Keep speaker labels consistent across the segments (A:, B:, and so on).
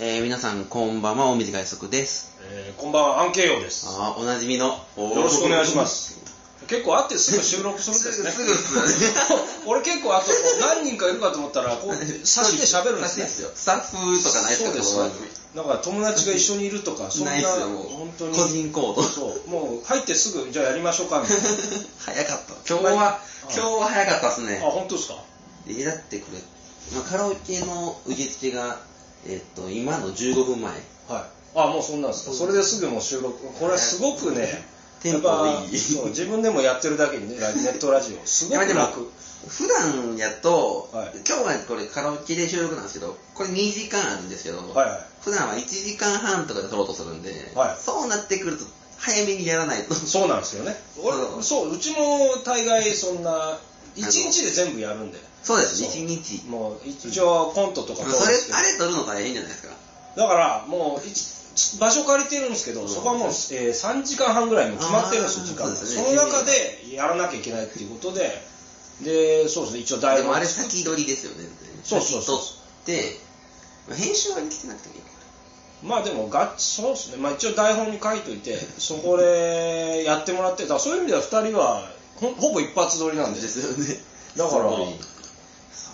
A: えー、皆さん、こんばんは、お短い速です。
B: えーこんばんは、アンケイヨウです。
A: あーおなじみの、よ
B: よろしくお願いしま。す。結構会ってすぐ収録するんですね。
A: すぐすぐっす
B: 俺結構あと何人かいるかと思ったら、こ う、差しで喋るんですね。
A: よ。スタッフとかないです
B: そう
A: か、
B: です
A: この番組。
B: なんか友達が一緒にいるとか、そんな、
A: ないですよ、もう。
B: 本当に。
A: 個人行動。
B: そう、もう入ってすぐ、じゃあやりましょうか、みたいな。
A: 早かった。今日は、今日は早かったです
B: あ、
A: ね。
B: 本当ですか
A: えだってこれ、まあ、カラオケの受付が、えっと、今の15分前。
B: はい。あ、もうそんなんですか。それですぐもう収録。これはすごくね、
A: テ
B: や
A: ン
B: っ
A: ポ
B: ぱ
A: いい。
B: そう自分でもやってるだけにね、ラネットラジオ。すご
A: やめ
B: く
A: ても
B: 楽。
A: 普段やと、
B: はい
A: 今日はこれカラオケで収録なんですけど、これ2時間あるんですけど、
B: はいはい。
A: 普段は1時間半とかで撮ろうとするんで、
B: はい
A: そうなってくると早めにやらないと。
B: そうなんですよね。
A: そう
B: 俺、そう、うちも大概そんな、一日で全部やるんで。
A: そうですね、
B: そう
A: 1日。
B: もう、一応コントとか
A: ま
B: 撮
A: あそ
B: るん
A: れ
B: ですけ、ど
A: あれ撮るの大変じゃないですか。
B: だから、もう一、場所借りてるんですけど、
A: うん
B: そこはもう、えー3時間半ぐらいも決まってるんですよ、
A: あー
B: 時間が
A: そうです
B: そ
A: ね
B: の中でやらなきゃいけないっていうことで、で、そうですね、一応台
A: でもあ
B: 本
A: れ先撮りですよね。
B: そうそうそ
A: 先撮
B: う
A: って、まあ編集はできてなくてもいいか
B: まあでもガッチ、そうですね、まあ一応台本に書いといて、そこでやってもらって、だからそういう意味では2人はほほぼ一発撮りな
A: なんで
B: です
A: よね。
B: だから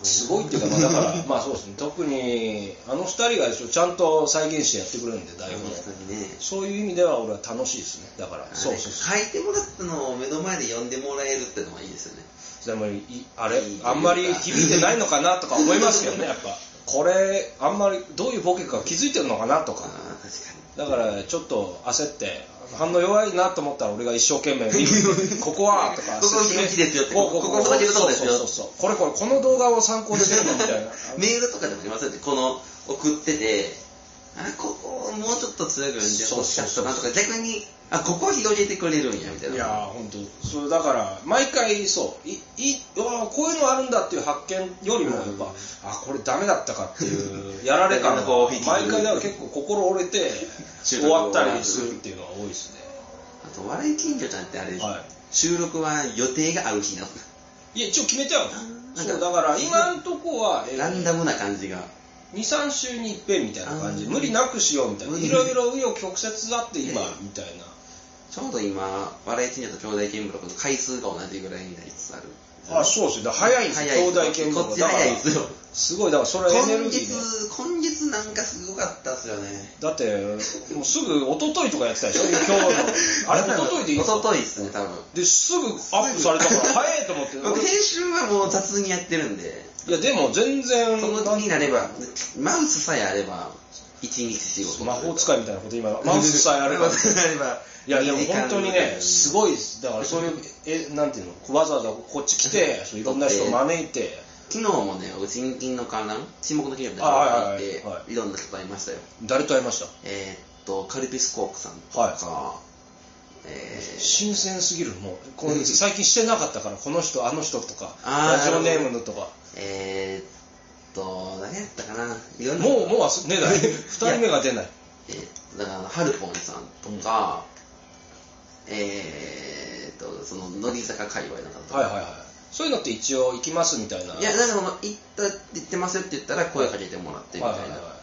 A: す
B: す
A: ご
B: ご
A: い
B: い っていうか、まあ、だから、まあそうですね、特にあの二人が一緒ちゃんと再現してやってくれるんで、台本を
A: 本。当にね。
B: そういう意味では俺は楽しいですね、だから、そうそうそ
A: あれ書いてもらったのを目の前で読んでもらえるってのはいいですよね。
B: う。でもいあれ
A: いいという、か
B: あんまり響いてないのかなとか思いますけどね、やっぱ、これ、あんまりどういうボケか気づいてるのかなと
A: ああ
B: か、
A: ー、確かに。
B: だからちょっと焦って、反応弱いなと思ったら、俺が一生懸 命、ここはとか、
A: ここ響きですよってここここで言うとこですよ
B: そうそうそうこれ、これ、この動画を参考にしてるのみたいな。
A: メールとかでもありますよね、この送ってて、あ、ここもうちょっと強く読んでほしかったなとか、逆に、あ、ここ広げてくれるんやみたいな。
B: いやー本当それだから毎回そういいあこういうのあるんだっていう発見よりもやっぱ、あこれダメだったかっていうやられ 感が
A: こう引きずる
B: 毎回だから結構心折れて
A: 収
B: 終
A: 録
B: わ
A: を
B: ったりするっていうのは多いです
A: あと、笑い近所ちゃんってあれ、
B: ねは
A: 収録は予定がある日なの。
B: いいや一応決めてある
A: ー
B: そ
A: なん
B: う
A: か
B: だから今んとこは、え
A: ランダムな感じが。
B: 23週に一遍みたいな感じ
A: あー
B: 無理なくしようみたいな
A: 無
B: い
A: 理
B: ろいろ紆余曲折あって今
A: ええ
B: みたいな
A: ちょうど今、笑い近所と兄弟見ブロックの回数が同じぐらいになりつつある。
B: あそうですねだから早いんですよ兄弟見
A: こ
B: 分
A: っち
B: だから
A: 早いですよ。
B: すごいだからそれはエネル
A: 今
B: ギーで
A: 月、今月なんかすごかったっすよね。
B: だって、もうすぐ一昨日とかやってたでしょ、 今日の。あれ、一昨日でいい
A: 一
B: ですか
A: 昨日っすね、多分。
B: ですぐアップされたから、早いと思 って、
A: 僕、編集はもう雑にやってるんで。
B: いや、でも全然、
A: その気になれば、マウスさえあれば、一日仕事。
B: 魔法使いみたいなこと、今、マウスさえあれば。
A: マウスさえあれば
B: いや、でも本当にね、すごいです。だから、そういう、え、なんていうの、わざわざこっち来て、そういろんな人を招いて、
A: 昨日もね、僕、人金の観覧、沈黙の記念で
B: あはいはい
A: って
B: は、
A: いろんな人と会いましたよ。
B: 誰と会いました
A: えーっと、カルピスコークさんと
B: はい
A: か、えー
B: 新鮮すぎる、もう、こう最近してなかったから、この人、あの人とか、
A: あー
B: ラジオネームのとか、
A: えーっと、誰やったかな、いろんな、
B: もう、もう忘れ ない、2人目が出ない。
A: えーっと、だから、ハルポンさんとか、えーっと、その、乃木坂界隈の方とか
B: はいはいはい。そういうのって一応行きますみたいな。
A: いや、なんかその、行ったって言ってますよって言ったら声かけてもらってみたいな。
B: はいはいはい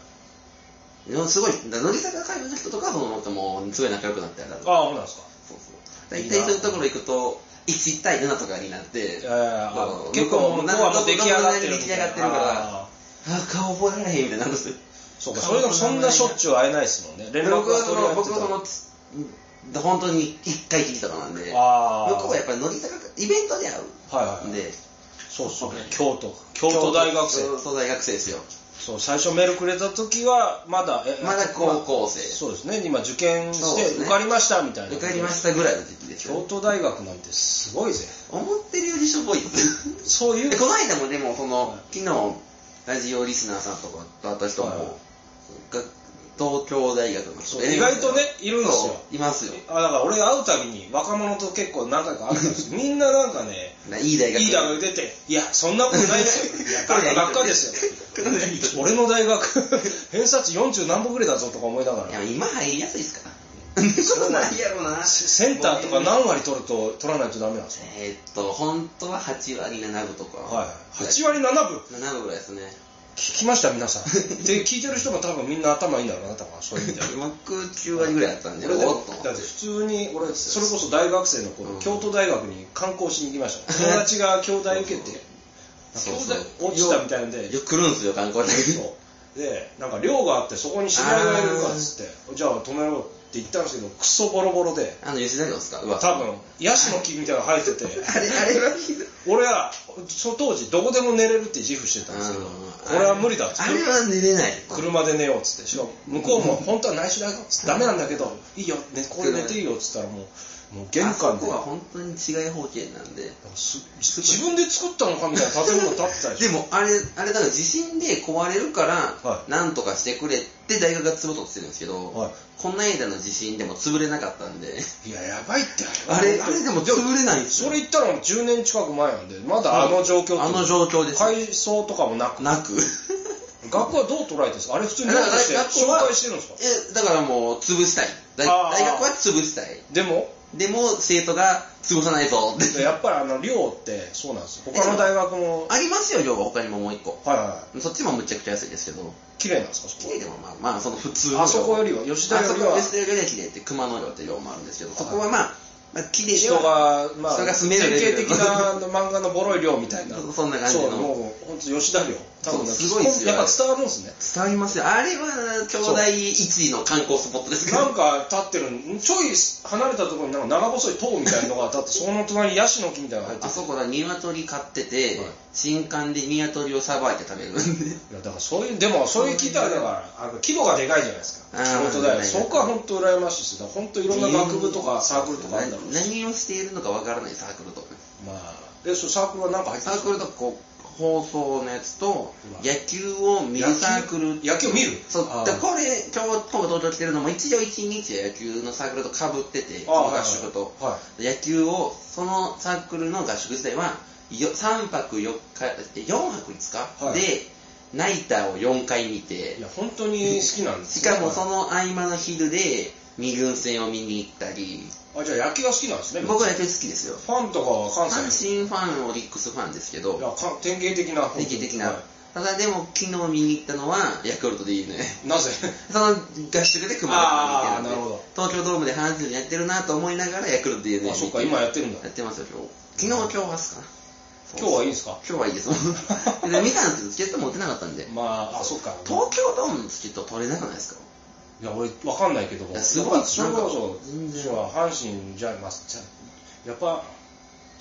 A: でもすごい、だから乃木坂会の人とかはその、なんかもう、すごい仲良くなったりだとか。
B: ああ、そうなんですか。
A: そうそう。大体そういうところ行くと、1対7とかになって、
B: えー
A: そう
B: あ結構もう向こうはもう出来上がってる
A: 出来上がってるから、あ
B: あー
A: ー顔覚えられへんみたいになるんですよ。
B: そうか、それでもそんなしょっちゅう会えないですもんね。連
A: 僕
B: 絡が
A: はそ
B: 取り合
A: の、
B: って
A: 僕は
B: た
A: そのつ、本当に1回聞いたのなんで、向こ
B: あー
A: うはやっぱり乃木坂、イベントで会
B: はいはいは
A: う
B: い
A: んで、
B: そうそう、京都、京都大学生。
A: 京都大学生ですよ。
B: そう、最初メールくれた時は、まだ、え
A: まだ高校生
B: まあそうですね、今受験
A: そうで
B: して
A: すね
B: 受かりましたみたいな。
A: 受かりましたぐらいの時期ですよ
B: 京都大学なんてすごいぜ。
A: 思ってるよりしょぼいです。
B: そういう
A: で、この間もでもその、
B: はい
A: 昨日ラジオリスナーさんとかと私とも、
B: はい
A: が東京大学の人
B: そう意外とねいるんですよ
A: そういますよ
B: あだから俺会うたびに若者と結構何回か会ったんですよみんななんかね
A: いい大学
B: いい大学出ていやそんなことないですよいや
A: これ
B: 学科学科です
A: これいい
B: よ俺の大学偏差値40何歩ぐらいだぞとか思いなが
A: い
B: ら
A: や今入りやすい ですからそんなことないやろな
B: センターとか何割取ると取らないとダメなんですよ
A: えーっと本当は8割7分とか
B: はい8割7分
A: 7分ぐらいですね
B: 聞きました皆さんで聞いてる人も多分みんな頭いいんだろうな多分そういう意味では
A: 僕9割ぐらいあったんで、
B: 俺で
A: お
B: も
A: っと
B: だって普通に俺それこそ大学生の頃、
A: うん
B: 京都大学に観光しに行きました友達が京大受けて
A: そ
B: 京
A: うそう
B: 大落ちたみたいなんで
A: よく来るんですよ、観光客。
B: そうでなんか寮があってそこに知り合いがいるからっつってじゃあ止めろって言ったんですけどクソボロボロで
A: あの、吉田寮ですかうわ。
B: 多分ヤシの木みたいなの生えてて
A: あれ、あれはひどい。
B: 俺はその当時どこでも寝れるって自負してたんですけどこれは無理だっつっ
A: あ
B: て
A: れは寝れない。
B: 車で寝ようっつってしかも向こうも本当は内緒だよっつってダメなんだけどいいよ、ね、これ寝ていいよっつったらもうもう玄関
A: あそ
B: で
A: こは本当に違い方形なんで。
B: す自分で作ったのかみたいな建物建ってたでし
A: でも、あれ、あれだから地震で壊れるか
B: は
A: ら、
B: い
A: なんとかしてくれって大学が潰ろうとしてるんですけど、
B: はい
A: この間の地震でも潰れなかったんで、
B: ょいややばいって
A: あれ、あれでも潰れないんです
B: そ
A: よ
B: れ。言ったらもう10年近く前なんでまだあの状況っていう
A: あの状況です。
B: 改装とかもなく
A: なく。
B: 学校はどう捉えてるんですかあれ普通 に
A: だ
B: ど
A: か
B: う
A: ら
B: して
A: 学校
B: 紹
A: は
B: 介してるんですか
A: えだからもう潰したい大
B: あー
A: 大学は潰したい
B: でも
A: でも生徒が潰さないぞって
B: やっぱりあの寮ってそうなんですよ他の大学も
A: ありますよ量は他にももう一個
B: はいは
A: そっちもむちゃくちゃ安いですけど
B: い綺麗なんですかそ
A: 綺
B: こ
A: 麗でもまあまあその普通の量
B: あそこよりは吉田
A: あ
B: よ
A: そ
B: り
A: こ
B: は
A: 吉田よりは綺麗って熊野寮って寮もあるんですけどそこはまあ、まあ、綺麗で
B: 人
A: は
B: が、まあ、
A: 人が
B: 典
A: 住めるレベ
B: 型
A: ル
B: 的なあの漫画のボロい寮みたいな。
A: そう そんな感じの
B: そう、もう、本当吉田寮。多分なんか
A: そうすごいっすよ
B: やっぱ伝わるんですね。
A: 伝わりますよあれは兄弟一位の観光スポットですけ
B: な
A: ど
B: んか立ってる、ちょい離れたところになんか長細い塔みたいなのが立って、その隣にヤシの木みたいなのが入って
A: あ
B: て
A: そこだ鶏飼ってて、
B: はい
A: 新館で鶏をさばいて食べるんで
B: いやだからそういう、でもそれ聞いたら、だから、あの規模がでかいじゃないですか。
A: あー
B: 仕事
A: まあ
B: だよ。
A: ね
B: そこは本当羨ましいですよ。だから本当いろんな学部とかサークルとかあるんだろうし。
A: 何をしているのかわからないサークルとか
B: まあ、え、そうサークルは何か入って
A: サ
B: るんで
A: ー
B: す
A: ク
B: か
A: ルとかこう放送のやつと
B: うわ
A: 野球を見るサークル
B: 野球野球を見る
A: そう
B: あー
A: でこれ今日僕東京来てるのも一応一日野球のサークルとかぶってて
B: あー
A: この合宿と、
B: はいは
A: 野球をそのサークルの合宿時代はよ3泊4日4泊5日、
B: はい
A: でナイターを4回見て
B: いや、本当に好きなんです
A: し
B: よ
A: かもその合間の昼で二軍戦を見に行ったり
B: あ、じゃあ野球が好きなんですね。
A: 僕は野球好きですよ
B: ファンとかは関
A: 阪
B: 西
A: 神ファン、オリックスファンですけ
B: のいや
A: ど、
B: か典型的な
A: 定期的な
B: は。
A: ただでも、昨日見に行ったのは、ヤクルトでいいね。
B: いなぜ
A: その合宿で熊本に
B: あーなる
A: 行っ
B: ほ
A: てるんで、東京
B: ど
A: ドームで阪神やってるなと思いながら、ヤクルトでいいね。
B: あそっか今やってるんだ
A: やってますよ、今日。昨日、今日はっすか
B: 今日はいいん
A: い
B: ですか
A: 今日はいいです。 で、見たんですけど、チケット持ってなかったんで。
B: まああそっか
A: 東京ドームのチケット取れなくないですか
B: いや俺わかんないけども
A: いやすごい
B: やっぱそれこ
A: なん
B: そ
A: か全然
B: そうは阪神じゃまあじゃあやっぱ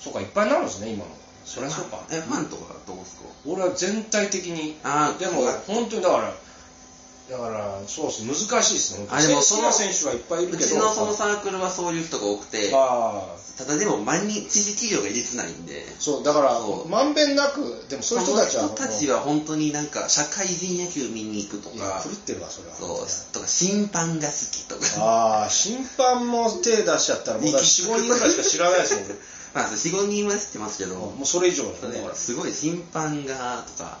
B: そっかいっぱいになるんですね今のそりゃそうか
A: え、ファンとかどうですか
B: 俺は全体的に
A: あー
B: でも本当にだからだからそうです難しいですね
A: あでもそ
B: そん
A: の
B: な選手はいっぱいいる
A: う
B: けど
A: ちのそのサークルはそういう人が多くて、
B: あー
A: ただでも毎日知識量が入れてないんで
B: そうだから
A: そう
B: まんべんなくでもそういう人たちは
A: その人たちは本当になんか社会人野球見に行くと
B: いや
A: か
B: 狂ってるわそれは
A: そうとか審判が好きとか
B: ああ、審判も手出しちゃったら、もうだ4、5人ぐらいしか知らないです もん、
A: まあ45人は知ってますけど、
B: 俺もうそれ以上だ
A: ただ
B: ね
A: ね、すごい審判がとか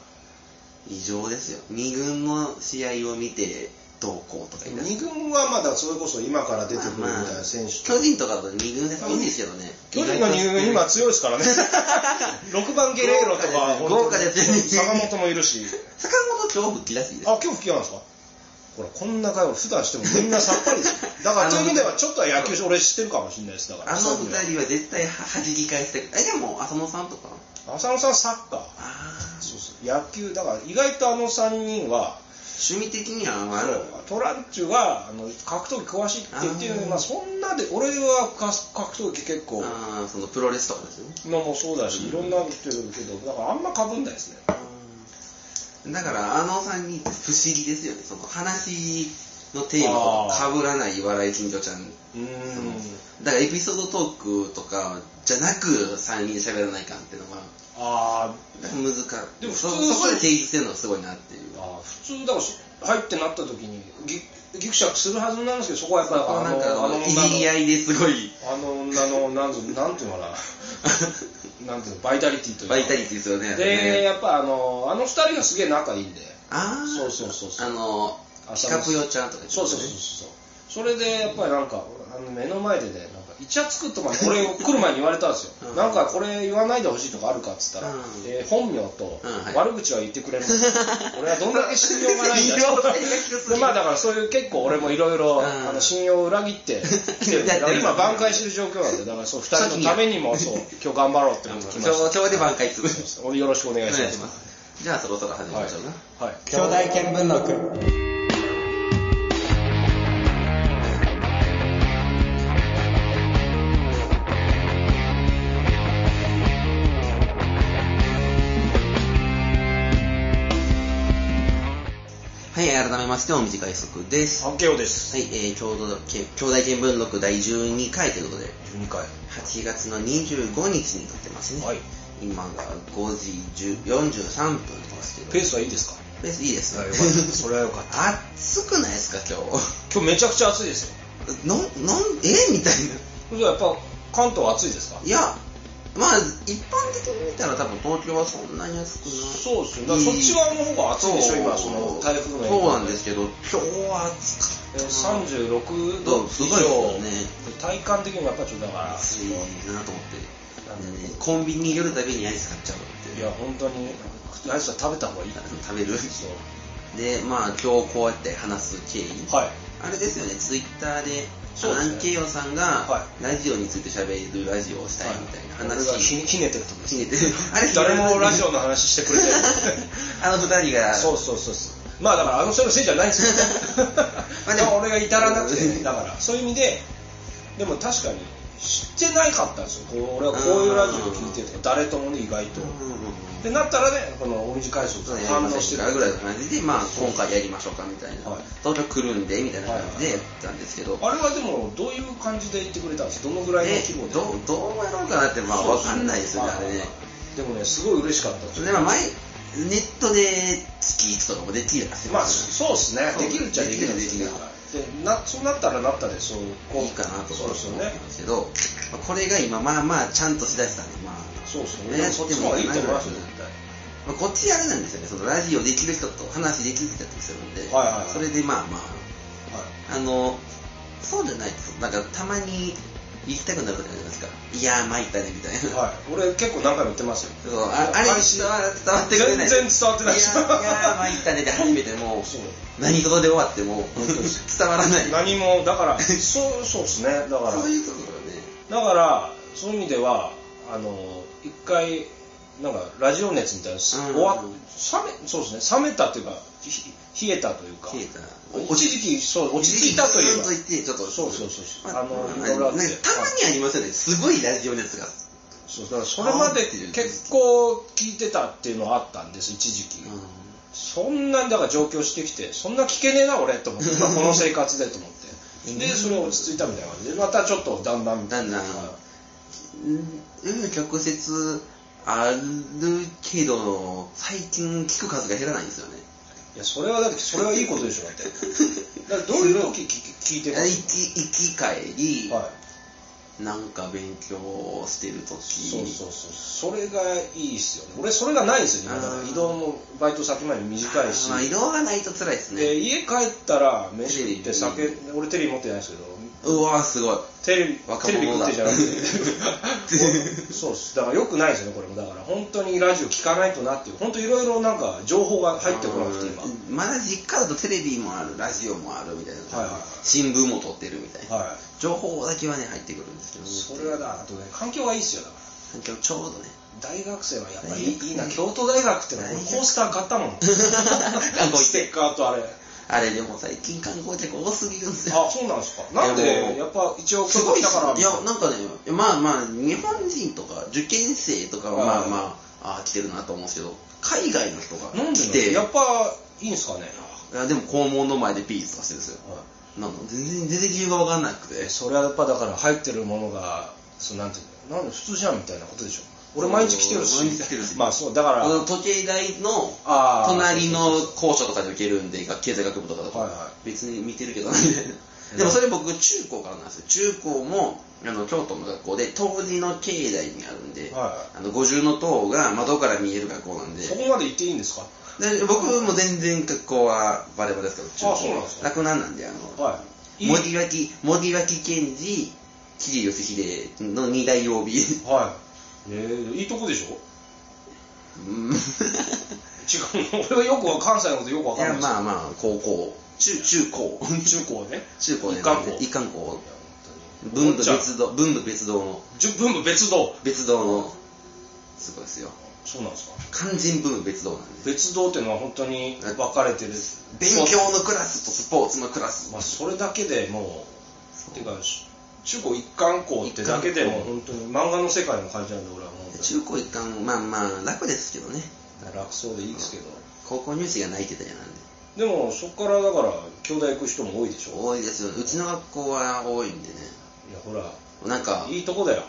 A: 異常ですよ2軍の試合を見てどうこうとか言い出す
B: 2軍はまだそれこそ今から出てくるみたいな選手
A: 巨人とかだと2軍ですいいんですけどね
B: 巨人の入軍今強いですからね。6番 ゲレーロとか、
A: 豪華ですね
B: 坂本もいるし。
A: 坂本今日復帰らしいです
B: あ、今日吹きなんですかほら、こんな会話普段してもみんなさっぱりですよ。だから、
A: あ
B: と
A: の
B: いう意味では、ちょっとは野球俺知ってるかもしれないです。だから、
A: あの二
B: そういう意味
A: 人は絶対は弾き返してえでも浅野さんとか
B: では浅野さんサッカー。
A: ああ
B: そうそう。野球、だから意外とあの3人は、
A: 趣味的にはまあ
B: トランチュがあの格闘技詳しいって言ってるのに
A: あー
B: まあ、そんなで俺はか格闘技結構
A: あーそのプロレスとかですよね
B: のもそうだしいろんなの言ってるけどだからあんまかぶんないですね
A: だからあのさんに不思議ですよねその話のテーマとかぶらない笑い金魚ちゃん
B: うーん
A: だからエピソードトークとかじゃなく3人で喋らないかんっていうのが
B: あー
A: 難しい
B: でも普通
A: そ
B: は
A: そこで提示してるのがすごいなっていう
B: あー普通だから入ってなった時にぎギクシャクするはずなんですけどそこはやっぱり
A: こう
B: あ
A: なん
B: の
A: か
B: あの
A: あのい
B: 女
A: じり
B: の
A: 合いですごい
B: あの女のなんぞなんていうのかななんていうのバイタリティというか
A: バイタリティですよね
B: で
A: ね
B: やっぱあのあの二人がすげえ仲いいんで
A: ああ
B: そうそうそうそう
A: あの
B: あ
A: ピカプヨちゃんとか
B: そうそうそうそうそうそれでやっぱりなんかあの目の前でねなんかイチャつくとか俺来る前に言われたんですよ、
A: うん
B: なんかこれ言わないでほしいとかあるかっつったら、
A: うん
B: えー本名と
A: うんはい
B: 悪口は言ってくれるんですよ、俺はどんだけ信用 がないんだ
A: 信用が
B: よ
A: ない
B: でまあだからそういう結構俺もいろいろ
A: うん
B: あの信用を裏切ってきて る
A: だって
B: だから今挽回してる状況なんでだからそう2人のためにもそう今日頑張ろうって思ってきま
A: 今
B: し
A: 日今日で挽回する。
B: た俺よろしくお願い
A: お
B: し
A: 願
B: ま
A: いし
B: す
A: ます。じゃあそろそろ始めましょうか。
B: はい
C: 兄弟見聞録
A: はい、改めまして、お短い速です。は
B: オッケーです
A: い、えー、兄弟見兄弟見聞録第12回ということで、
B: 12回
A: 8月の25日に撮ってますね。
B: はい
A: 今が5時10 43分ですけど。
B: ペースはいいですか
A: ペースいいです
B: あよ
A: ね
B: かっ。たそれはよかった
A: 暑くないですか、今
B: 今日めちゃくちゃ暑いですよ
A: 日。の、 の、えみたいな。
B: じゃあやっぱ関東は暑いですか
A: いや、まあ、一般的に見たら多分東京はそんなに暑くない。
B: そうですよだからそっち側の方が暑いでしょ今その台風の影響
A: そうなんですけど、今日は暑か
B: えー36
A: そ
B: 度
A: うすご
B: 以
A: い
B: 上
A: です
B: 体感的にもやっぱちょっとだから
A: った暑いなと思って。
B: なん
A: で
B: で
A: ねコンビニ寄るたびにアイス買っちゃうって。
B: いや本当にアイスは食べた方がいい
A: あの食べる。
B: そう
A: で、まあ今日こうやって話す経緯。
B: はい
A: あれですよね、ツイッターで、
B: そうですね
A: アンケイヨさんが、
B: は
A: ラジオについて喋るラジオをしたいみたいな
B: はい俺がひ
A: 話。
B: ひねってると思います
A: ひねってあれ
B: 誰もラジオの話してくれて
A: あの二人が、
B: そうそうそうそうまあだからあの人のせいじゃないんですよ
A: まあで
B: で
A: も
B: も俺が至らなくてねだからそういう意味ででも確かに知ってないかったんですよこう俺はこういうラジオ聞いてるとか誰ともね意外と
A: うんうんうん
B: でなったらねこのお水会社
A: そう
B: と
A: ね
B: 反応して
A: やりませんか
B: る
A: ぐらいの感じで、まあ、今回やりましょうかみたいな、
B: はい
A: 東京来るんでみたいな感じでやったんですけど、
B: あれはでもどういう感じで言ってくれたんですかどのぐらいの
A: ね
B: 規模で
A: どうどうやろうかなって、まあ、わかんないですよね、あれね。
B: でもねすごい嬉しかったです
A: で、まあ、前、ネットで月1とかもできるから
B: まあそうですね
A: そう
B: できるっちゃできるんですよ
A: できる
B: でなそうなったらなったでそうこう
A: いいかなと
B: そう
A: 思
B: で
A: って
B: すよ
A: ん
B: ね
A: ですけど、まあこれが今、まあまあ、ちゃんとしだしたんで、まあ、
B: そうですよ
A: ね
B: ねそっちの方がいいと思いますよ
A: やっても
B: 絶対
A: まあ、こっちあれなんですよね、そのラジオできる人と話できる人だったりするんで、
B: はいはいはい
A: それでまあまあ、あ
B: はい
A: の、そうじゃないです。なんか、たまに行きたくなるじゃないですか。いやー、参ったね、みたいな。
B: はい、俺結構何回も言ってます
A: そ
B: よ
A: うああれ伝わ伝わってくれない
B: 全然伝わってない
A: いやーいやー参ったねって初めてもう
B: そう
A: 何事で終わって も
B: 本当です
A: 伝わらない
B: 何もだからそうそうですねだから
A: そういうところね
B: だからそういう意味ではあの一回なんかラジオ熱みたいな、
A: うん
B: 終わっ冷めそうですね冷めたというかひ冷えたというか
A: 消えた
B: 一時期そう落ち着いたという
A: ずっ
B: か
A: と言ってちょっと
B: そうそうそうそう
A: まあ
B: あの
A: まあ
B: いろいろあって
A: ねたまにありますよねすごいラジオ熱が
B: そうだからそれまで結構聞いてたっていうのはあったんです一時期、そんなにだから上京してきてそんな聞けねえな俺と思って 今この生活でと思ってでそれ落ち着いたみたいな感じでまたちょっとだんだん
A: だんだん
B: はい
A: うん曲折あるけど最近聞く数が減らないんです よね
B: いやそれはだってそれはいいことでしょ だってだからどういう時聞聞いてま
A: あ行
B: す
A: き行き帰り、
B: はい
A: なんか勉強してるとき
B: そうそうそうそれがいいっすよね俺それがないんですよ今だから
A: あー
B: 移動もバイト先まで短いし
A: まあ移動がないと辛いですね、
B: で家帰ったら飯
A: テ
B: 食っ
A: レビ
B: て酒俺テレビ持ってないんですけど
A: うわーすごい
B: テレビ
A: 若
B: テレビ
A: 者
B: 食
A: だ
B: ってじゃなくておそうっすだからよくないですよねこれもだから本当にラジオ聞かないとなっていう本当いろいろなんか情報が入ってこなくて今
A: うんまだ実家だとテレビもあるラジオもあるみたいな、
B: はいはい
A: 新聞も撮ってるみたいな、
B: は
A: 情報だけはね入ってくるんですけど
B: い
A: ね
B: それはだあとね環境がいいっすよだから
A: 今日ちょうど ね
B: 大学生はやっぱりいいいいな京都大学ってのは俺コースター買った もん
A: 観光
B: ステ
A: 客
B: ッカーとあれあ
A: あれでも最近観光客多すぎるんですよ
B: そうなんですかなん
A: いやもう
B: でやっぱ一応
A: すごいっ
B: だ
A: す
B: から
A: いやなんかねまあまあ日本人とか受験生とかはまあまああー来てるなと思うんですけど海外の人が
B: なんで
A: 来
B: なん
A: て
B: でやっぱいいんすかね
A: いやでも校門の前でピースとかしてるんですよなんか全然全然理由が分かんなくて
B: えそれはやっぱだから入ってるものがそうなんていうのなんで普通じゃんみたいなことでしょ俺毎日来てるし
A: 毎日来てるし
B: まあそうだから
A: あの時計台の
B: あー
A: 隣の校舎とかで受けるんで経済学部とかだと、
B: はいは
A: 別に見てるけどなみたいなでもそれ僕中高からなんですよ中高もあの京都の学校で当時の境内にあるんで、
B: はいは
A: あの五重の塔が窓から見える学校なんで
B: そこまで行っていいんですか
A: で僕も全然学校はバレバレですけど中
B: あそうなんです
A: 高
B: か
A: 洛南なんであの、
B: はいいい
A: 森脇森脇健児桐生義秀の二大曜 日。
B: はい。えー、いいとこでしょ
A: うん。
B: 違うの 俺はよくわ関西のことよくわ
A: い
B: かん
A: や
B: ない、
A: まあまあ、高校。中、中高。
B: 中高ね
A: 中高ね
B: 一貫校
A: 一貫校
B: いや本当に
A: 文
B: 坊
A: 部
B: ちゃん
A: 別動、文部別動の、
B: じゅ文部別動
A: 別動の、すごいですよ。
B: そうなんですか
A: 肝心文部別動なんです。
B: 別動っていうのは本当に分かれてる
A: 勉強のクラスとスポーツのクラス。
B: まあそれだけでもう
A: そう
B: ていうかし中高一貫校ってだけでもう本当に漫画の世界の感じなんで俺はもう
A: 中高一貫、まあまあ、楽ですけどね。
B: 楽そうでいいですけど
A: 高校入試がないって言ったじゃないんで。
B: でもそこからだから兄弟行く人も多いでしょ
A: 多いですよね。うちの学校は多いんでね。
B: いやほら
A: なんか、
B: いいとこだよ、は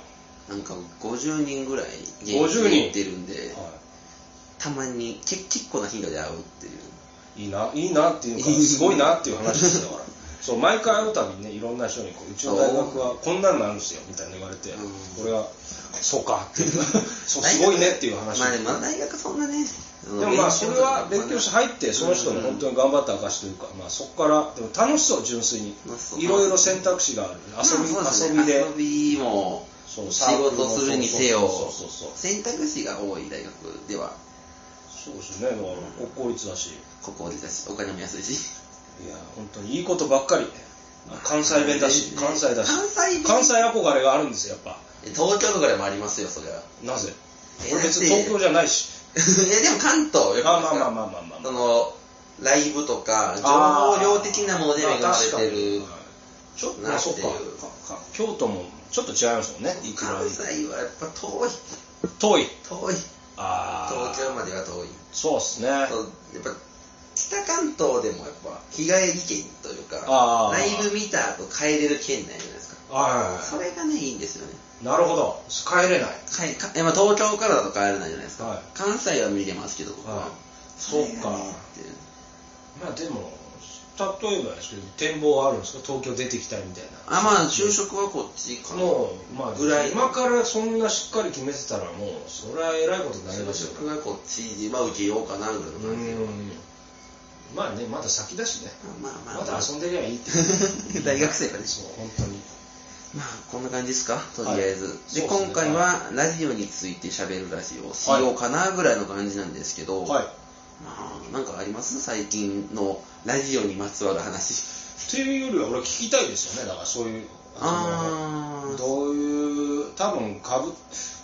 A: なんか50人ぐらい
B: 50人
A: 行ってるんで、たまにけ結構な頻度で会うっていう。
B: い、いいないいなって いうかすごいなっていう話ですよだからそう毎回会うたびにねいろんな人にこう「うちの大学はこんなんなんですよ」みたいな言われて
A: うん
B: 俺は「そうか」っていう そうすごいねっていう話
A: まあでもまだ大学そんなね。
B: でもまあそれは勉強して入ってその人の本当に頑張った証というか、まあ、そこからでも楽しそう純粋に
A: 楽しそう
B: いろいろ選択肢がある
A: まあ
B: 遊び,、
A: そうす
B: 遊
A: ね
B: びで
A: 遊びも、
B: そうサー
A: 仕
B: クル
A: 事
B: も
A: するにせよ
B: そうそうそう、
A: 選択肢が多い大学では、
B: そうですねだから国公立だし
A: ここ出たし、お金も安いし。
B: いや本当にいいことばっかり関西弁だし関西だし
A: 関西弁
B: 関西憧れがあるんですよやっぱ
A: 東京とかでもありますよ、それは。
B: なぜ
A: え
B: 俺別に
A: だって
B: 東京じゃないし
A: えでも関東よく
B: ま
A: ないで
B: あます
A: か
B: あまあまあまあまあ、ま
A: そ
B: あ
A: のライブとか
B: あー
A: 情報量的なもので恵まれてる
B: まあ確かにちょっと
A: な
B: まあ
A: って
B: そ
A: いう
B: っかかか京都もちょっと違いますもんねいくら
A: 関西はやっぱ遠い
B: 遠い
A: 遠い
B: ああ
A: 東京までは遠い
B: そうっすね
A: そうやっぱ北関東でもやっぱ日帰り県というか
B: あー
A: ライブ見た後帰れる県内じゃないですかそ
B: は
A: れがねいいんですよね
B: いなるほど帰れない
A: 帰かえまあ、東京からだと帰れないじゃないですか、
B: はい
A: 関西は見れますけどここは、
B: はいそう
A: れが
B: か
A: ねっていう
B: まあでも例えばですけど展望はあるんですか東京出てきたいみたいな
A: あまあ就職はこっちかな
B: もうまあ
A: ぐらい
B: 今からそんなしっかり決めてたらもうそれはえらいことになり
A: 就
B: ますよ
A: 職はこっちは受けようかなぐらいの
B: う
A: 感じで
B: んまあねまだ先だしね
A: まあまあま
B: ま
A: あ
B: だ遊んでりゃいいって
A: 大学生かね
B: そう本当に
A: まあこんな感じですかとりあえず、
B: は
A: で
B: いそうですね
A: 今回はラジオについて喋るラジオをしようかなぐらいの感じなんですけど、
B: はい
A: まあなんかあります最近のラジオにまつわる話
B: っていうよりは俺聞きたいですよねだからそういう
A: あー
B: どういう多分かぶ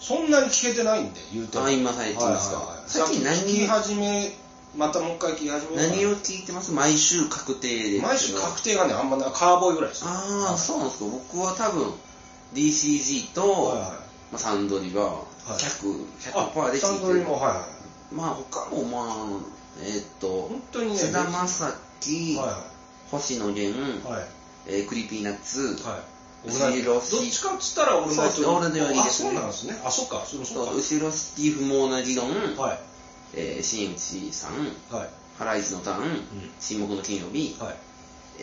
B: そんなに聞けてないんで言うても
A: あ今最近ですか
B: はいはいはい
A: 最近何
B: 聞き始めまたもう一回聞き始めようかな
A: 何を聞いてます毎週確定で
B: 毎週確定がねあんまなカーボーイぐらいですね
A: ああ
B: はい
A: そうなんですか僕は多分 DCG と、
B: はいはい
A: まあ、サンドリは
B: はい
A: 100、
B: あ
A: 100%で
B: スタ
A: 聞い
B: ン
A: て
B: ド
A: る
B: リーもはいはい
A: まあ他もまあえーっと
B: 本当にね
A: 菅田将暉、
B: は
A: 星野源、
B: いはいはい
A: えークリーピーナッツ、
B: はい
A: 後ろ
B: どっちかっつったら俺
A: そうです俺のように
B: あ
A: ですね
B: そうなんですねあそっかそれもそうか
A: 後ろ式不毛な議論、
B: はい
A: えー、新内さん
B: はい
A: ハライチのターン、
B: ん
A: 沈黙の金曜日、
B: はい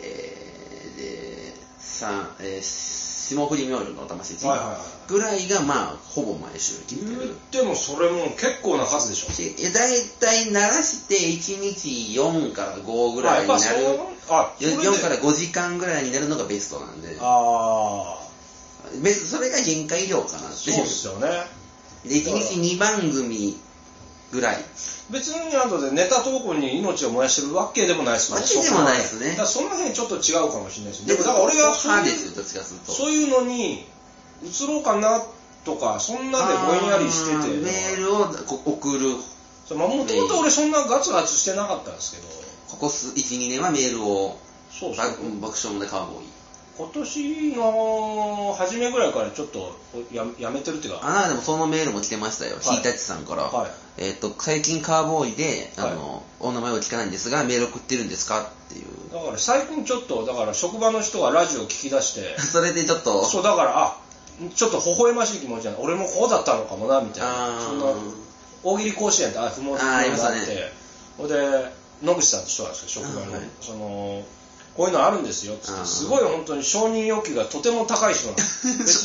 A: えーでさえー霜降り明星の魂
B: はいはいは
A: ぐらいがまあほぼ毎週聞いて
B: 言
A: る
B: ってもそれも結構な数でしょ
A: しえ大体鳴らして1日4から5ぐ
B: あ
A: ら
B: や
A: い
B: っ
A: にな
B: ぱ
A: る
B: そうあそれで
A: 4から5時間ぐらいになるのがベストなんで
B: ああ
A: ベストそれが限界量かなって
B: そう
A: いう
B: っすよね
A: で1日2番組ぐらい
B: 別にあとでネタ投稿に命を燃やしてるわけでもないですもん
A: わけでもないですね
B: だからその辺ちょっと違うかもしれないですでもだから俺がそう
A: 派で
B: い
A: す
B: う
A: よどっちかすると
B: そういうのに移ろうかなとかそんなでぼんやりして
A: あ
B: て
A: ーメールをこ送る
B: そうまあもともと俺そんなガツガツしてなかったんですけど
A: ここ12年はメールを
B: そうそ
A: ば
B: う
A: 爆笑問題カーボーイ
B: 今年の初めぐらいからちょっとややめてるっていうか
A: あなたでもそのメールも来てましたよ、
B: はい
A: ひいたちさんから、
B: はい
A: えっと最近カーボーイであ
B: はい
A: の、お名前を聞かないんですがメール送ってるんですかっていう
B: だから最近ちょっとだから職場の人がラジオ聞き出して
A: それでちょっと
B: そうだからあちょっと微笑ましい気持ちなんだ俺もこうだったのかもなみたい
A: あ
B: な
A: ー
B: そん な大喜利甲子園ってあ不毛な
A: あーあり
B: の
A: まし
B: が
A: た
B: あ
A: ね
B: ってほいで野口さんと人なんですけど職場の、
A: あーはい
B: そのこういうのあるんですよっつっ
A: あー
B: てすごい本当に承認欲求がとても高い人なんで す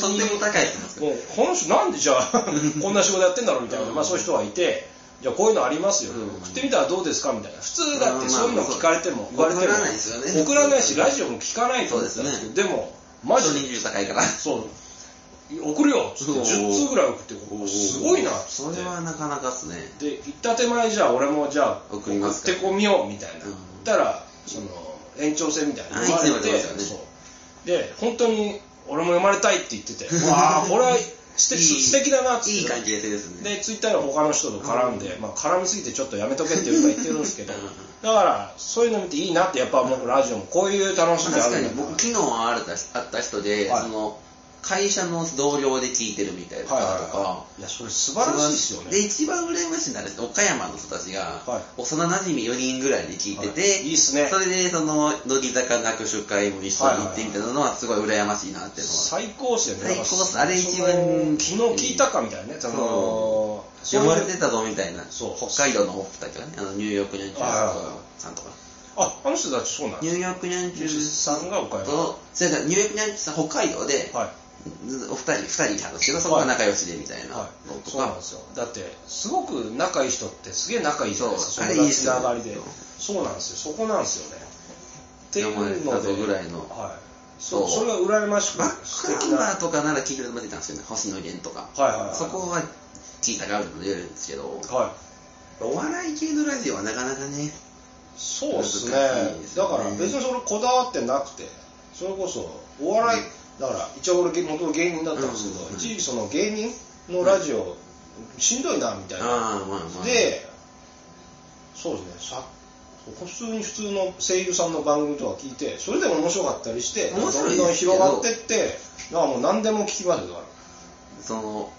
A: とっても高い人なんですけ
B: もうこの人なんでじゃあこんな仕事やってんだろうみたいな、まあ、そういう人がいてじゃあこういうのありますよ、
A: うん
B: 送ってみたらどうですかみたいな普通だっ
A: うん
B: てそういうの聞かれても言
A: まあ
B: われても
A: 送らないですよね
B: 送らないしラジオも聞かないと思ってたんですけ
A: そう
B: ど
A: です
B: でも
A: マ
B: マジ
A: ジ
B: で
A: 人数高いから
B: そう送るよっつって
A: おー
B: 10通ぐらい送って
A: おー
B: すごいなっつ
A: そ
B: って
A: れはなかなかっすね。
B: で行った手前じゃあ俺もじゃあ
A: 送りますか
B: 送ってこみようみたいな、
A: うん
B: たらその延長戦みたいなの
A: あいつでもやってますよね
B: そうで本当に俺も読まれたいって言ってて わあこれは素敵
A: いい
B: 素敵だなっつって
A: いい関係性ですね。
B: でツイッターの他の人と絡んで、まあ、絡みすぎてちょっとやめとけっていうか言ってるんですけ どだからそういうの見ていいなってやっぱ僕ラジオもこういう楽しみあ
A: 確か
B: るん
A: に
B: だな
A: 僕、昨日あるたあった人で、
B: はい
A: その、会社の同僚で聞いてるみたいなと
B: はいはい
A: か
B: は、い、いやそれ素晴らしいですよね
A: で、一番羨ましいのはですね、岡山の人たちが
B: は、
A: 幼馴染4人ぐらいで聞いてて、
B: はいいいっすね
A: それで、その、乃木坂握手会も一緒に行ってみたいなのは、すごい羨ましいなっていうのは。
B: 最高っすよね
A: 最高っす
B: なんか
A: あれ一番
B: その昨日聞いたかみたいなねその
A: 呼ばれてたぞみたいな。
B: そう
A: 北海道のお二人とかね、あの、ニューヨークニャンチュ
B: はいはい
A: ー
B: は
A: さんとか。
B: ああの人たちそうなん
A: ニューヨークニャンチューさん
B: さんが岡山
A: と、それからニューヨークニャンチューさん北海道で、
B: はい
A: お二人、二人いたんですけど、そこが仲良しでみたいな
B: は
A: の
B: い、
A: と
B: そうなん
A: か
B: で、すよだってすごく仲いい人ってすげえ仲いいじゃないです
A: そう
B: か
A: あれ
B: 友
A: いいっ
B: 達
A: す
B: の
A: よね
B: 上がりでそうなんですよそこなんですよねっていう
A: 読まれた
B: の
A: ぞ
B: で
A: ぐらいの
B: はい、そ
A: そう
B: それが羨ましく
A: バッ
B: 素
A: ク ナ
B: 敵
A: ン
B: な
A: バーとかなら聞いてると出たんですよね、星野源とか。
B: はいはいはい
A: そこは聞いたらあるので出るんですけど、
B: はい
A: お笑い系のラジオはなかなかね、
B: そうですね
A: 難しいですね
B: だから別にそれこだわってなくてそれこそお笑い、だから一応俺元々芸人だったんですけど、
A: うんうんうん
B: 一時その芸人のラジオ、しんどいなみたいな、
A: ああ、まあまあ。
B: でそうですねさ普通に普通の声優さんの番組とか聞いてそれでも面白かったりして
A: 面白いですけど
B: どんどん広がってってだからもう何でも聞きますよだか
A: その、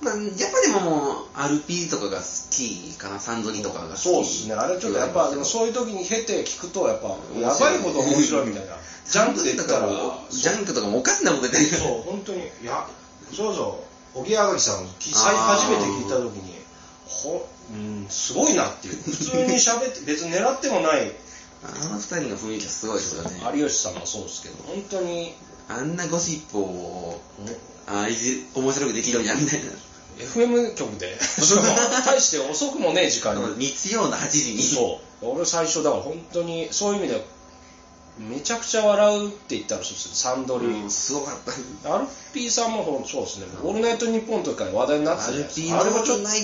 A: まあ、やっぱでももう、RP とかが好きかな、サンドリとかが好
B: ら
A: き。
B: そうですねあれちょっとやっぱでもそういう時に経て聞くとやっぱやばいこと面白いみたいなジャンクで言ったら
A: ジャンクとかもおかしなこと言ってるから
B: そう、本当に、いや、そうそう、おぎやはぎさんをき最
A: あー
B: 初めて聞いたときに、ほ、うん、すごいなっていう、普通に喋 って、別に狙ってもない、
A: あの二人の雰囲気はすごいですよね。
B: 有吉さんもそうですけど、本当に、
A: あんなゴシップを、あいじ、面白くできるようになるみたいな。
B: FM 局 で、その大して遅くもねえ時間に、
A: 日曜の8時に。
B: そう、俺最初、だから本当に、そういう意味では、めちゃくちゃ笑うって言ったらそうですサンドリー。
A: うんすごかった。
B: アルピーさんもほんそうですね、オールナイトニッポンとかで話題になって
A: ア
B: たじ
A: ル
B: ゃないです
A: ピー
B: か
A: の
B: あれはちょっと
A: ナイ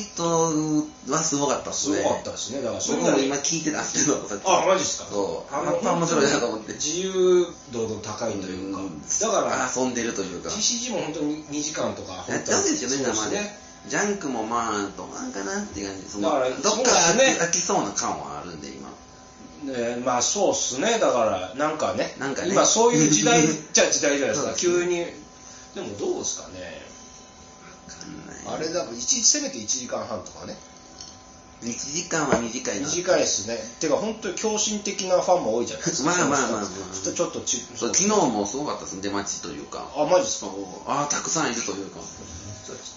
A: トはすごかったっす
B: す
A: ね。
B: ごかったですね、だからそういう意
A: 僕
B: 味で
A: も
B: は
A: 今聞いてたんですけど、さっき
B: あ、マジっすか。
A: そう
B: あ
A: や
B: の
A: っぱ面白いなと思って
B: 自由度の高いというか。だから、
A: 遊んでるというか。
B: TCG も本当に2時間とか。
A: やっちゃうんですよね、
B: そう
A: 生
B: です
A: で。ジャンクもまあ、どうなんかなっていう感じ。その
B: だから
A: どっか
B: そうですね
A: 飽き飽きそうな感はあるんで、今。
B: ねまあそうっすね、だから、なんかね、
A: なんかね
B: 今そういう 時代じゃ時代じゃないですか、
A: そう
B: 急に。でもどうですかね。あれだから、一せめて1時間半とかね。
A: 1時間は短いな。
B: 短いですね。てか、本当に狂信的なファンも多いじゃないですか。
A: まあまあまあまあ
B: ふとちょっとち、
A: そう昨日もすごかったですね、出待ちというか。
B: あ、マジっす
A: そ
B: か。
A: うああ、たくさんいるというか。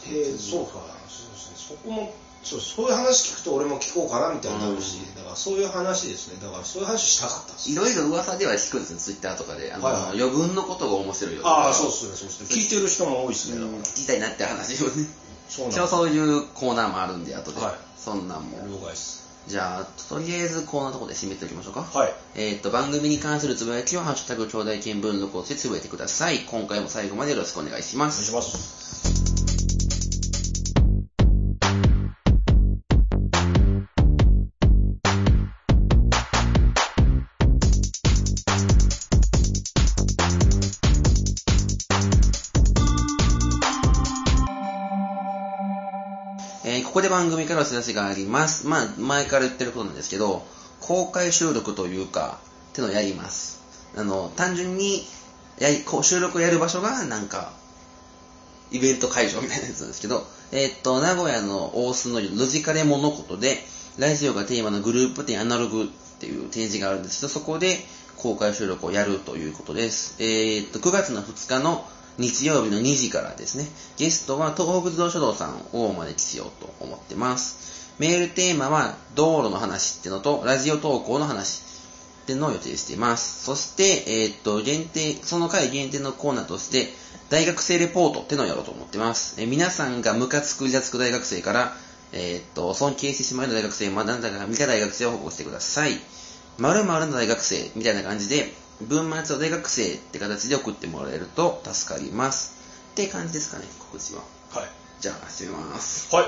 B: えーそうか、そうですね、そこも、そうそういう話聞くと俺も聞こうかなみたいになるし、だからそういう話ですね、だからそういう話したかったです。
A: いろいろ噂では聞くんですよ、ツイッターとかで。あの、
B: はいはい
A: 余分のことが面白いよとか。
B: ああ、そうですね、そうですね。聞いてる人も多いですね、だから。
A: 聞きたいなって話をね。
B: そうなん
A: 一応
B: です。
A: そういうコーナーもあるんで、後で。
B: はい
A: そんなんも。
B: 了解です。
A: じゃあ、とりあえずこんなところで締めておきましょうか。
B: はい。
A: えーっと、番組に関するつぶやきは、ハッシュタグ、兄弟見分録をしてつぶやいてください。今回も最後までよろしくお願いしま
B: お願い
A: す。
B: します。
A: えーここで番組からお知らせがあります。まあ、前から言ってることなんですけど、公開収録というか、ってのをやります。あの、単純に、やりこう収録をやる場所が、なんか、イベント会場みたいなやつなんですけど、えーっと、名古屋の大須のロジカレモノコトで、ラジオがテーマのグループ展アナログっていう展示があるんですけど、そこで公開収録をやるということです。えーっと、9月の2日の日曜日の2時からですね、ゲストは東北自動書道さんをお招きしようと思ってます。メールテーマは道路の話ってのと、ラジオ投稿の話ってのを予定しています。そして、えーっと、限定、その回限定のコーナーとして、大学生レポートってのをやろうと思ってます。えー皆さんがムカつくイラつく大学生から、えーっと、尊敬してしまうような大学生、まだなんだか見た大学生を保護してください。〇〇の大学生みたいな感じで、文末を大学生って形で送ってもらえると助かります。で、って感じですかね、告知は。
B: はい。
A: じゃあ、閉めます。
B: はい。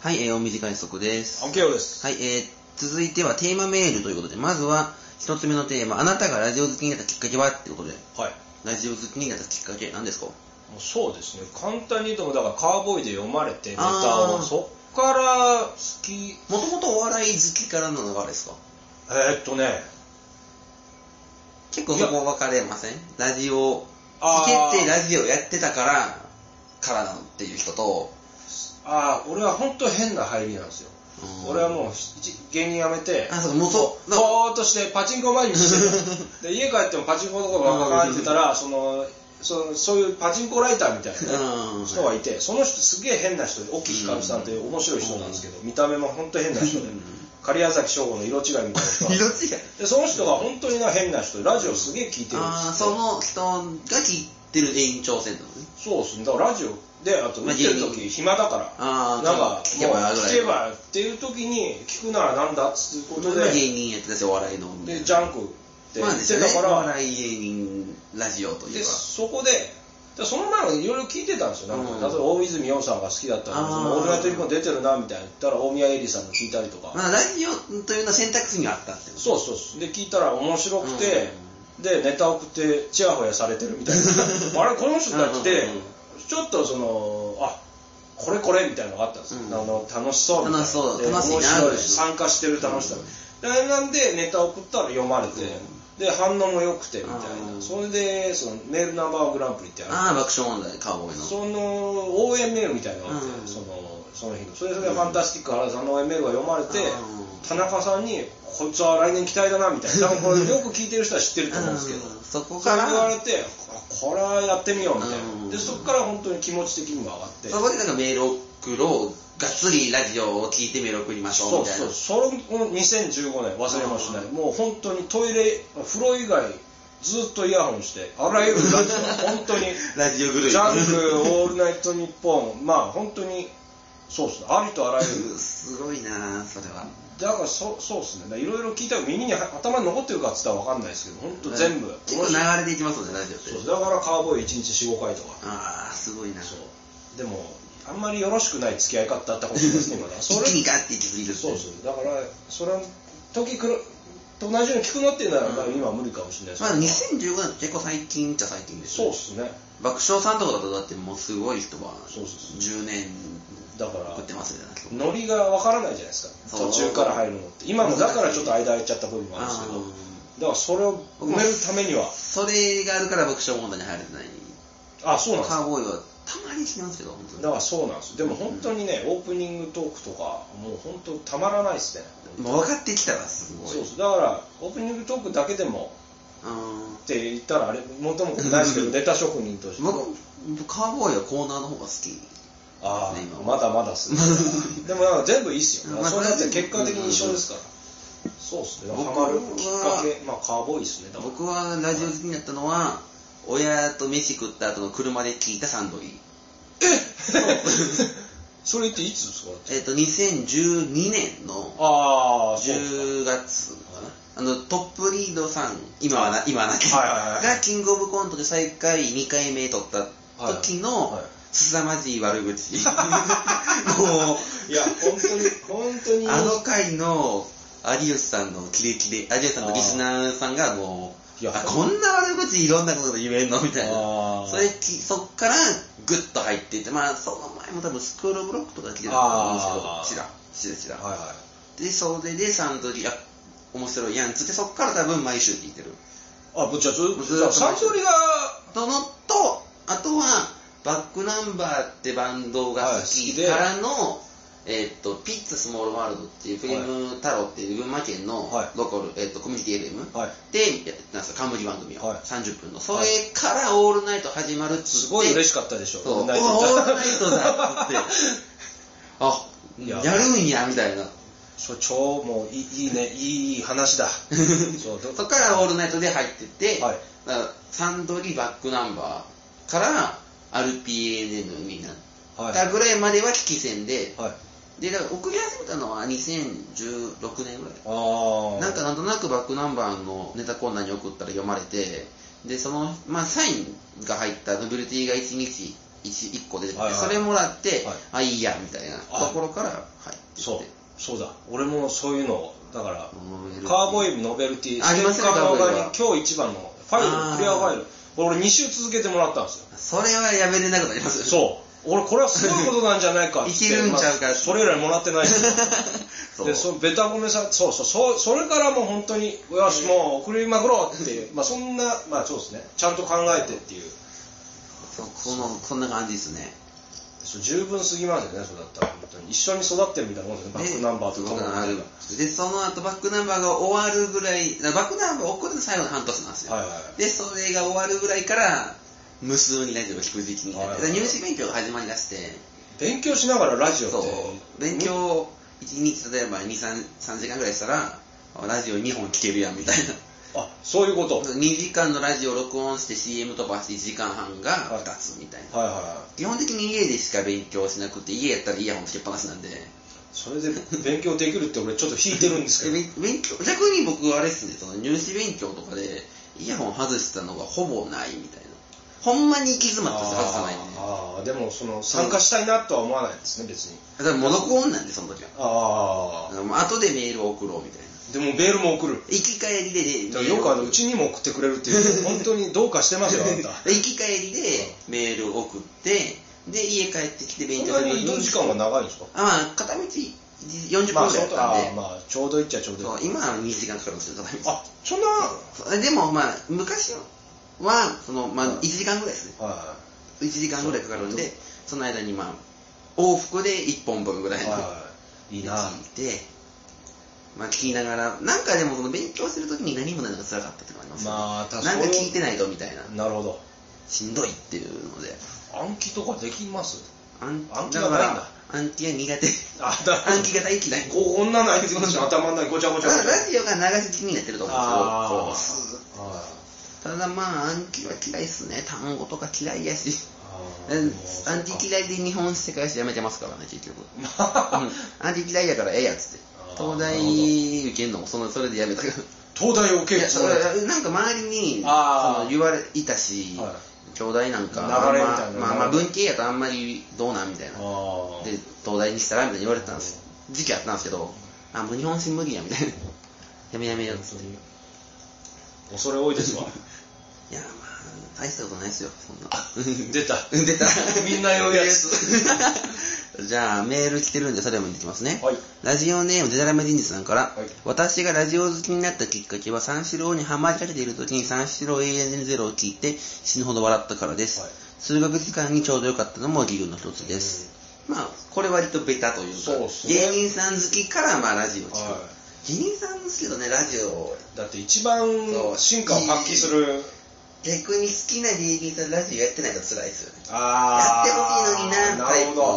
A: はい、えー、お短い速です。
B: オンケオです。
A: はい、えー、続いてはテーマメールということで、まずは、一つ目のテーマ、あなたがラジオ好きになったきっかけはっていうことで、
B: はい。
A: ラジオ好きになったきっかけ、何ですか
B: もうそうですね。簡単に言うとも、だからカーボーイで読まれて、ネタ
A: あー
B: を、そっから好き、
A: もともとお笑い好きからの流れですか
B: えーっとね、
A: 結構そこ分かれませんラジオ、好
B: あ
A: き
B: ー
A: ってラジオやってたから、からなのっていう人と、
B: ああ、俺は本当変な入りなんですよ。俺はもう一芸人辞めて
A: あそうもうそうなんか
B: ぼーっとしてパチンコ毎日して たで家帰ってもパチンコのとこばっかり入ってたらそのそのそういうパチンコライターみたいな
A: うん、
B: 人がいてその人すげえ変な人で沖ひかるさんって面白い人なんですけど見た目も本当変な人で
A: うん
B: 狩矢崎省吾の色違いみたいな人 が
A: 色違い。
B: でその人が本当にな変な人でラジオすげえ聞いてるんで
A: ああ、
B: す
A: そ
B: よ
A: の人が聞いてる延長線なのね。
B: そうですねだからラジオであと見てる
A: まあ芸
B: 時暇だから
A: あ
B: なん
A: ー
B: か
A: 聞けば
B: もう
A: ぐらい
B: 聞けばっていう時に聞くならなんだっつうことで
A: まあ芸人やってたし、お笑いの。
B: でジャンクって言
A: まあ
B: っ
A: ですよ
B: て
A: ね
B: たか、
A: お
B: ら、
A: 笑い芸人ラジオとい
B: で
A: えば。
B: そこででその前はいろいろ聞いてたんですよ、なんか
A: うん
B: 例えば大泉洋さんが好きだったら
A: あー
B: そのオールナイトニッポン出てるなみたいな言ったら大宮エリーさんの聞いたりとか、
A: まあ、ラジオというのは選択肢にはあったってこと
B: そうそうそうで聞いたら面白くて、でネタ送ってチヤホヤされてるみたい なあれこの人たちって
A: うんうんうん
B: ちょっとそのあこれこれみたいなのがあったんですよ、
A: うん
B: あの楽しそうみたいな
A: 楽しそう
B: で
A: 楽しいなみ
B: 面白
A: たい
B: い
A: な
B: し参加してる楽しさ、でなんでネタ送ったら読まれて、で反応も良くてみたい
A: うん
B: なそれでそのメールナンバーワングランプリってある
A: ああ、爆笑問題、カーボーイの。
B: その応援メールみたいなのがあって、
A: うん
B: そのその日のそれで「ファンタスティック原田さんの応援メールが読まれて、
A: うん
B: 田中さんに「こいつは来年期待だな」みた いな多分これよく聞いてる人は知ってると思うんですけど、
A: うんそこ
B: そ
A: か
B: れ
A: ら
B: 言われてあこれはやってみようみたいな、
A: うん
B: でそこから本当に気持ち的にも上がって
A: そこでなんかメール送ろう、がっつりラジオを聞いてメール送りましょうみ
B: そう
A: たい
B: そ
A: な。
B: うその2015年忘れもしない、もう本当にトイレ風呂以外ずっとイヤホンしてあらゆるラジオ本当に
A: ラジオ狂い。
B: ジャンク、オールナイトニッポン、まあ本当に、そうですね、ありとあらゆる。
A: すごいなあそれは。
B: だからそ、そうですね、だからいろいろ聞いたら耳に頭に残ってるかっつったら分かんないですけど、本当全部。
A: 結構流れていきますもんね、ラジオっ
B: そうです
A: て。
B: だからカーボーイ1日4、5回とか。
A: ああ、すごいな
B: そう。でも、あんまりよろしくない付き合い方だったかもしれないですね、今だ。
A: 一
B: それ
A: 気にガッていきすぎるって
B: そうですだから、それの時くる、と同じように聞くのっていうなら、まあ今は無理かもしれない
A: まあ、
B: ですけど。
A: 2015年って結構最近っちゃ最近です
B: そう
A: よ
B: ですね。
A: 爆笑さんとかだとだってもうすごい人は
B: そうそう
A: 10年
B: だから
A: 送ってますよね
B: ノリがわからないじゃないですか
A: そう
B: 途中から入るのって今もだからちょっと間空いちゃった部分もあるんですけど
A: あ
B: だからそれを埋めるためには
A: それがあるから爆笑問題に入れてない
B: あそうなんです
A: カーボーイはたまに聞きますけど本当
B: だからそうなんですでも本当にねオープニングトークとかもう本当たまらないですね
A: にもう分かってきたらすごい
B: そうそうだからオープニングトークだけでも
A: うん
B: って言ったらあれ元も子もないですけどネタ職人として
A: 僕カーボーイはコーナーの方が好き
B: あ
A: ね今
B: あまだまだっす ねでもなんか全部いいっすよ
A: まあ
B: それだって結果的に一緒ですからそうっすね
A: 僕は
B: ハマるきっかけまあカーボーイっすねだから
A: 僕はラジオ好きになったのは親と飯食った後の車で聞いたサンドリー
B: それっていつですか
A: えっ、と2012年の
B: ああ、そうですか。
A: 10月かなあのトップリードさん今はな今はなきゃ
B: はいはいはい
A: がキングオブコントで最下位2回目取った時
B: はい
A: の
B: はい
A: 凄まじい悪口 もう
B: いや、本当に、本当に。
A: あの回の有吉さんのキレキレ有吉さんのリスナーさんがも
B: いうや
A: あこんな悪口いろんなこと言えんのみたいな
B: あー
A: それきそっからグッと入っていってまあその前も多分スクールオブロックとか来てたと思うん
B: あー
A: ですけどちらちらちら
B: はいは
A: で、それでサンドリー、あ、面白いやんっつって、そっから多分毎週聞いてる。
B: い。あ、ぶっちゃず
A: ずっと
B: サントリーが、
A: そのと、あとは、バックナンバーってバンドが好き
B: はい好きで
A: からの、えっと、ピッツスモールワールドっていう、フィルム太郎っていう群馬県の
B: はい
A: ロコル、えっと、コミュニティ FM
B: はい
A: でやってたんですよ、冠番組を。
B: はい
A: 30分の。それからオールナイト始まるっつって。
B: すごい嬉しかったでしょ。
A: そう、オールナ
B: 泣
A: イ
B: いてた
A: トだっつって。あ、
B: いや
A: やるんや、みたいな。
B: そう超もういいいいねいいいい話だそうど
A: そこからオールナイトで入ってって、
B: はい
A: だからサンドリーバックナンバーから RPNN になったぐらいまでは危機戦で、
B: はい
A: で、だから送り始めたのは2016年ぐらい。
B: ああ
A: なんかなんとなくバックナンバーのネタコーナーに送ったら読まれて、で、その、まあ、サインが入ったノベルティが1日 1, 個出てきて、
B: はいはい
A: それもらって、
B: はい
A: あ、いいや、みたいなところから入ってって。
B: そうそうだ俺もそういうのだから
A: ノベルティ
B: カーボーイノベルティ
A: ありますよ
B: ステッカーの
A: カーボーイ
B: 側
A: は
B: に今日一番のファイ
A: あー
B: ルクリアファイル俺2週続けてもらったんですよ
A: それはやめれなくなりますう。
B: そう俺これはすごいことなんじゃないかって
A: いけるんちゃうか
B: まあそれ以来もらってないんですよ
A: そう
B: でそのベタ褒めさんそうそうそうそれからもう本当によしもう送りまくろうっていう、まあ、そんなまあそうですねちゃんと考えてっていう
A: そうそのそんな感じですね。
B: そう十分すぎますよねそうだったら本当に一緒に育ってるみたいなもんですねバックナンバーとかも
A: ねバックナンバーで、その後バックナンバーが終わるぐらい、だからバックナンバー送るの最後の半年なんですよ。
B: はいはい
A: で、それが終わるぐらいから、無数にラジオを聞く時期になって、
B: はいは
A: だ
B: い
A: から入試勉強が始まりだして、
B: 勉強しながらラジオって
A: そう、勉強を1日、例えば2、3, 3時間ぐらいしたら、ラジオ2本聞けるやんみたいな。
B: あそういうこと
A: 2時間のラジオを録音して CM 飛ばして1時間半が2つみたいな。
B: はいはいはい
A: 基本的に家でしか勉強しなくて、家やったらイヤホンつけっぱなしなんで、
B: それで勉強できるって俺ちょっと引いてるんです
A: え
B: けど
A: べん勉強逆に僕あれっすねその入試勉強とかでイヤホン外したのがほぼないみたいなほんまに行き詰まった人外さないんで
B: あーあーでもその参加したいなとは思わないですね別に
A: だからもう録音なんでその時は
B: あ
A: あ
B: あ
A: の後でメールを送ろうみたいな
B: でもメールも送る
A: 行き帰りででメールを
B: よくあのうちにも送ってくれるっていう本当にどうかしてますよあんた
A: 行き帰りでメールを送ってで家帰ってきて 勉強
B: そんなに移動時間は長いんですか
A: あまあ片道40分ぐ
B: まあ
A: らいだったんで、
B: まあちょうどいっちゃちょうどいい
A: そう今は2時間かかるんですよ片道
B: あそんな
A: そうでもまあ昔はその、まあ、1時間ぐらいですね
B: は
A: 1時間ぐらいかかるんでその間にまあ往復で1本分ぐら
B: い
A: いの
B: はいいいな
A: 聞いてまあ聞きながらなんかでもその勉強するときに何もないのが辛かったってのがありますよね
B: まあ確か
A: なん
B: に
A: か聞いてないとみたいな
B: なるほど
A: しんどいっていうので
B: 暗記とかできます
A: 暗
B: 暗記
A: だ
B: が
A: か
B: ないん
A: ら
B: だ
A: 暗記が苦手
B: あだ
A: 暗記が大嫌い
B: こうこんなのあいつの頭の中にごちゃごちゃごちゃ
A: ラジオが流し気になってると思うん
B: あ
A: ですよこう
B: ーあ
A: ただまあ暗記は嫌いっすね単語とか嫌いやし
B: ー
A: うん
B: あ
A: ア
B: ー
A: ンティ嫌いで日本世界史やめてますからね結 局
B: まあ
A: アンティ嫌いやからええやっつって
B: あー
A: 東大受けんのもそのそれでやめたけど
B: 東大を受
A: い
B: け
A: や
B: 継がれた
A: それなんか周りにそ
B: あー
A: の言われいたし、
B: はい
A: 東大なんか
B: 流れみたいな
A: あんままあまあ文系やとあんまりどうなんみたいな
B: あ
A: で
B: ー
A: 東大にしたらみたいに言われてたんです時期あったんですけどあもう日本史無理やみたいなやめやめよっつってい
B: 恐れ多 いですわ
A: やまあ大したことないですよそんな
B: 出た
A: 出た
B: みんな言うやつ
A: じゃあメール来てるんでそれもできますね、
B: はい
A: ラジオネームデタラメ人事さんから、
B: い
A: 私がラジオ好きになったきっかけは三四郎にハマりかけている時に三四郎 AN0 を聞いて死ぬほど笑ったからです、
B: はい
A: 数学時間にちょうど良かったのも理由の一つです、まあこれ割とベタというか
B: そうっすね
A: 芸人さん好きからまあラジオを聞く、
B: は
A: 芸人さんですけどねラジオ
B: だって一番
A: そう
B: 進化を発揮する
A: 逆に好きな芸人さんラジオやってないと辛いですよねや
B: あ
A: ってほしいの
B: ー
A: になタイプ
B: るほ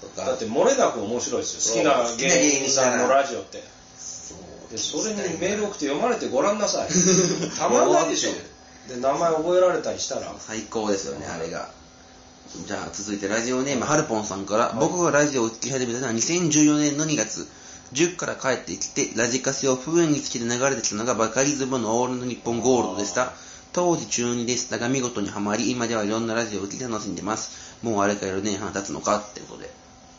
B: ど
A: とか
B: だって漏れなく面白いですよ
A: そう
B: 好きな芸人さんのラジオって
A: そう
B: でそれにメール送って読まれてごらんな さいたまんないでしょで名前覚えられたりしたら
A: 最高ですよねあれがじゃあ続いてラジオネームはるぽんさんから、僕がラジオを聴き始めたのは2014年の2月10から帰ってきてラジカセを風につけて流れてきたのがバカリズムの「オールの日本ゴールド」でした当時中2でしたが見事にはまり今ではいろんなラジオを聴いて楽しんでますもうあれから4年半経つのかってことで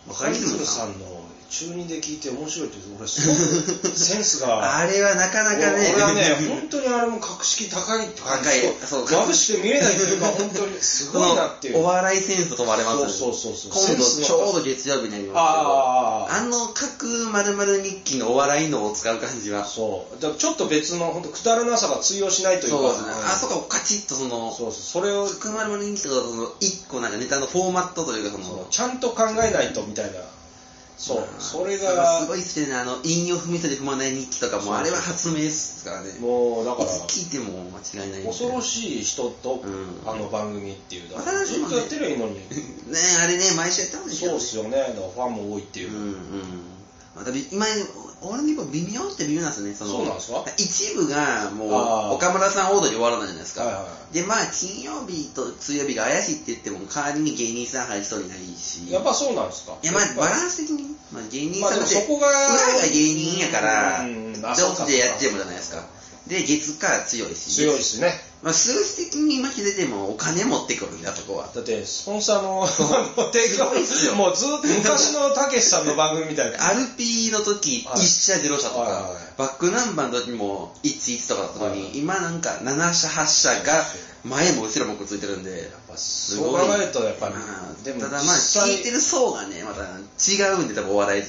B: バカリズムさんの中二で聞いて面白いって俺すごくセンス が
A: あれはなかなかね
B: 俺はね本当にあれも格式高いって感じ
A: 高いそう
B: 眩しくて見れないっていうか本当にすごいなってい
A: お
B: う
A: 笑いセンスとまれますね
B: そうそうそうそう
A: 今度
B: センス
A: ち
B: の
A: ょうど月曜日になりますけど
B: あー
A: あの各〇〇日記のお笑いのを使う感じはそ
B: そうだからちょっと別の本当くだらなさが通用しないというか
A: うですねあそこをカチッとその
B: そうそうそれを
A: 各〇〇日記とかその一個なんかネタのフォーマットというかその
B: ちゃんと考えないとみたいなそう
A: あー
B: それ
A: すご
B: が
A: い好きでねあの陰を踏みとで踏まない日記とか
B: そ
A: も
B: う
A: あれは発明ですからねい
B: もうだから
A: つ聞いても間違いない
B: 恐ろ
A: しい
B: しい人と
A: うん
B: あの番組っていうだか
A: 新
B: ら
A: しい
B: ず
A: もん
B: っと
A: ね
B: やってるいいのに
A: ねあれね毎週やったんです
B: そうっすよねだからファンも多いって
A: う
B: い
A: ん
B: う
A: うんまた今俺の結構微妙って微妙なんですよね。その
B: そうなんですか
A: 一部がも
B: あー
A: う、岡村さんオードリー終わらないじゃないですか。
B: はいはいは
A: で、まあ、金曜日と水曜日が怪しいって言っても、代わりに芸人さん入りそうにないし。
B: やっぱそうなんですか
A: いや、まあ、バラ
B: ン
A: ンス的に、まあ、芸人
B: まあ
A: さんだって、
B: でもそこが
A: 裏が芸人やから、
B: うん
A: ど
B: あ
A: っ
B: そうか
A: ちでやってもじゃないですか。で、月火強いし。
B: 強いですね
A: まあ、数字的に今秀でもお金持ってくるんだ、そこは。
B: だってスポンサーの提
A: すごいっすよ
B: 供もうずっと昔のたけしさんの番組みたいな
A: アルピーの時、
B: はい
A: 1社0社と
B: はいはいは
A: か
B: い、
A: バックナンバーの時も11とかだったの
B: はいは
A: に、今なんか7社8社が前も後ろもくっついてるんで、す
B: そう
A: ご
B: 考
A: い。
B: えるとやっぱり、
A: まあ
B: でも
A: ただまあ、
B: 実際
A: 聞いてる層がね、また違うんで、多分お笑い、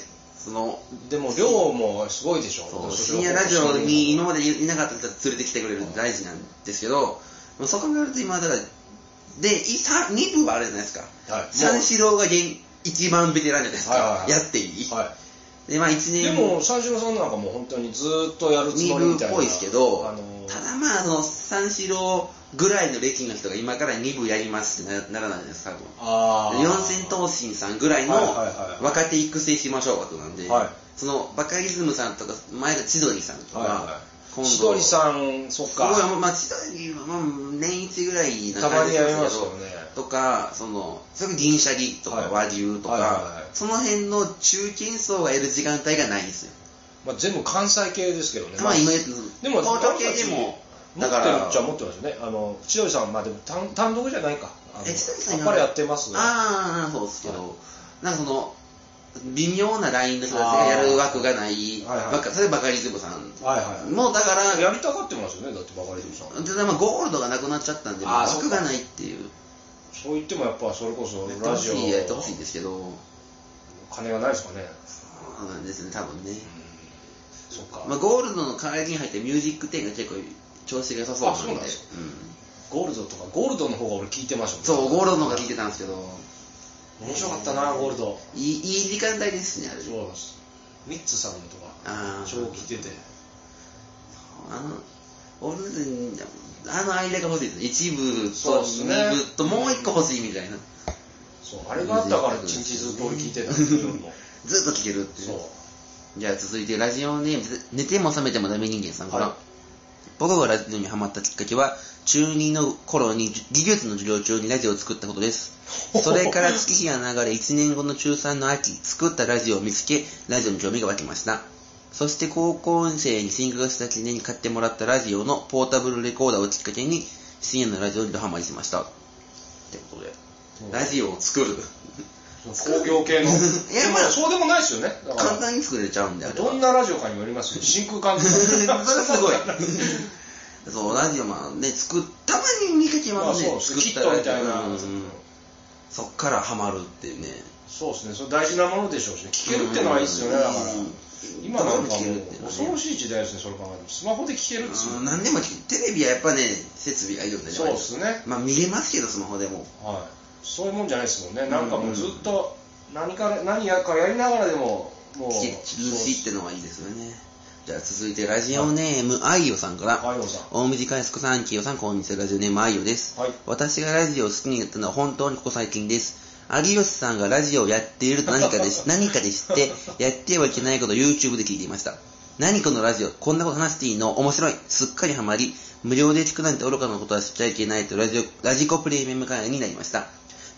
A: その、
B: でも量もすごいでしょ
A: そう
B: 年
A: 深
B: の
A: 夜ラジオに今
B: は
A: までいなかった人たち連れてきてくれるの大事なんですけど、そう考えると今、だから、で、2部はあれじゃないですか。
B: はい
A: 三四郎が現一番ベテランじゃないです
B: はいはい
A: か
B: は。い
A: やっていい。
B: はい
A: で、まあ1
B: で
A: 年
B: も三四郎さんなんかもう本当にずーっとやるつ
A: 二
B: もり
A: 部
B: み
A: った
B: いな
A: ぽいですけど、
B: あのー
A: ただまあ、その三四郎ぐらいの歴の人が今から2部やりますってなならないです、多分。
B: あー
A: 四千頭身さんぐらいの
B: はいはいはい
A: 若手育成しましょうかとなんで、
B: はい
A: そのバカリズムさんとか、前が千鳥さんとか、
B: はいは
A: 今
B: い
A: 度
B: 千鳥さんそっ
A: すごい
B: か、
A: まあ、千鳥は、まあ、年一ぐらいな
B: たま
A: 感
B: に
A: じ
B: や
A: で
B: り
A: す
B: ます
A: け
B: よ
A: ど、
B: ね
A: とか、その、それこそ銀シャリとか
B: は
A: 和
B: い
A: 牛と
B: はいはいは
A: か
B: い、
A: その辺の中堅層がいる時間帯がないんですよ。
B: まあ、全部関西系ですけどね
A: まあ、今言
B: で
A: うと、
B: も
A: 東京系でも、
B: 持
A: だ
B: っ
A: か
B: てる
A: ら
B: っちゃ、持ってますよねあの千鳥さんまあでも単単独じゃないかあの
A: え千鳥さんが
B: やっぱりやってますね
A: ああ、そうですけど、なんかその、微妙なラインの人たちがやる枠がない、
B: あーはいはい
A: ばっか例えばバカリズムさん。
B: はいはい
A: もうだから、
B: やりたがってますよねだってバカリズムさん
A: ただまあゴールドがなくなっちゃったんで、
B: あー
A: 枠がないっていう。
B: そう言ってもやっぱそれこ
A: や
B: そ
A: って
B: ラ
A: ほ
B: ジ
A: し
B: オ
A: い、やってほしいんですけど、
B: 金がないですかね
A: そうなんですね、多分ね。
B: そっか、
A: まあ、ゴールドの代わりに入ってミュージック10が結構調子が良さそうなん
B: あそう
A: で
B: なんですゴールドとかゴールドの方が俺聞いてました
A: うんそうゴールド
B: ル
A: の方が聞いてたんですけど
B: 面白かったなゴールド
A: いいいい時間帯ですねあれ
B: そうなんですミッツさんのと
A: あー
B: か超聞いてて
A: あの俺あの間が欲しいですね一部
B: そう
A: と
B: です
A: 二
B: ね
A: 部ともう一個欲しいみたいな
B: そうあれがあったから一日ずっと俺聞いてたんですよも
A: ずっと聞けるっていう
B: そう
A: じゃあ続いてラジオネーム寝ても覚めてもダメ人間さんから、
B: はい
A: 僕がラジオにハマったきっかけは中2の頃に技術の授業中にラジオを作ったこと ですそれから月日が流れ1年後の中3の秋作ったラジオを見つけラジオに興味が湧きましたそして高校生に進学した記念に買ってもらったラジオのポータブルレコーダーをきっかけに深夜のラジオにドハマりしましたってことで
B: うん
A: ラジオを作る
B: 工業系の
A: いや
B: でも
A: まあ
B: そうでもないですよねだから
A: 簡単に作れちゃうんだよ
B: どんなラジオかによります よ真空管
A: それすごい。 そう、ラジオマンね、作っ、たまに見かけ
B: まあ
A: ますね。
B: そう
A: 作っ
B: キ
A: た
B: ット
A: ラ
B: み
A: ジオ
B: たいな、
A: うんうんそっからハマるっていうね。
B: そうですねそれ大事なものでしょうしね聞けるってのはいいですよねだから
A: うん
B: 今なんかも
A: 聞けるっていう
B: う
A: のはね
B: 恐ろしい時代ですねそれ考えるとスマホで聞けるっつう
A: うん何でも聞くテレビはやっぱね、設備がいいよね。
B: そうですね
A: まあ見れますけど、スマホでも。
B: はい、そういうもんじゃないですもんね、なんかもうずっと何から何やかやりながらでも、もう、
A: 聞けるしってのはいいですよね。じゃあ続いてラジオネーム、あいよさんから。
B: はい、おさん、
A: 大水海助さん、清さん、こんにちは。ラジオネーム、あいよです。
B: はい
A: 私がラジオを好きになったのは本当にここ最近です。有吉さんがラジオをやっていると何かで し何かで知って、やってはいけないことを YouTube で聞いていました。何このラジオ、こんなこと話していいの面白い。すっかりハマり、無料で聞くなんて愚かなことはしちゃいけないとラジオ、ラジコプレミアム会員になりました。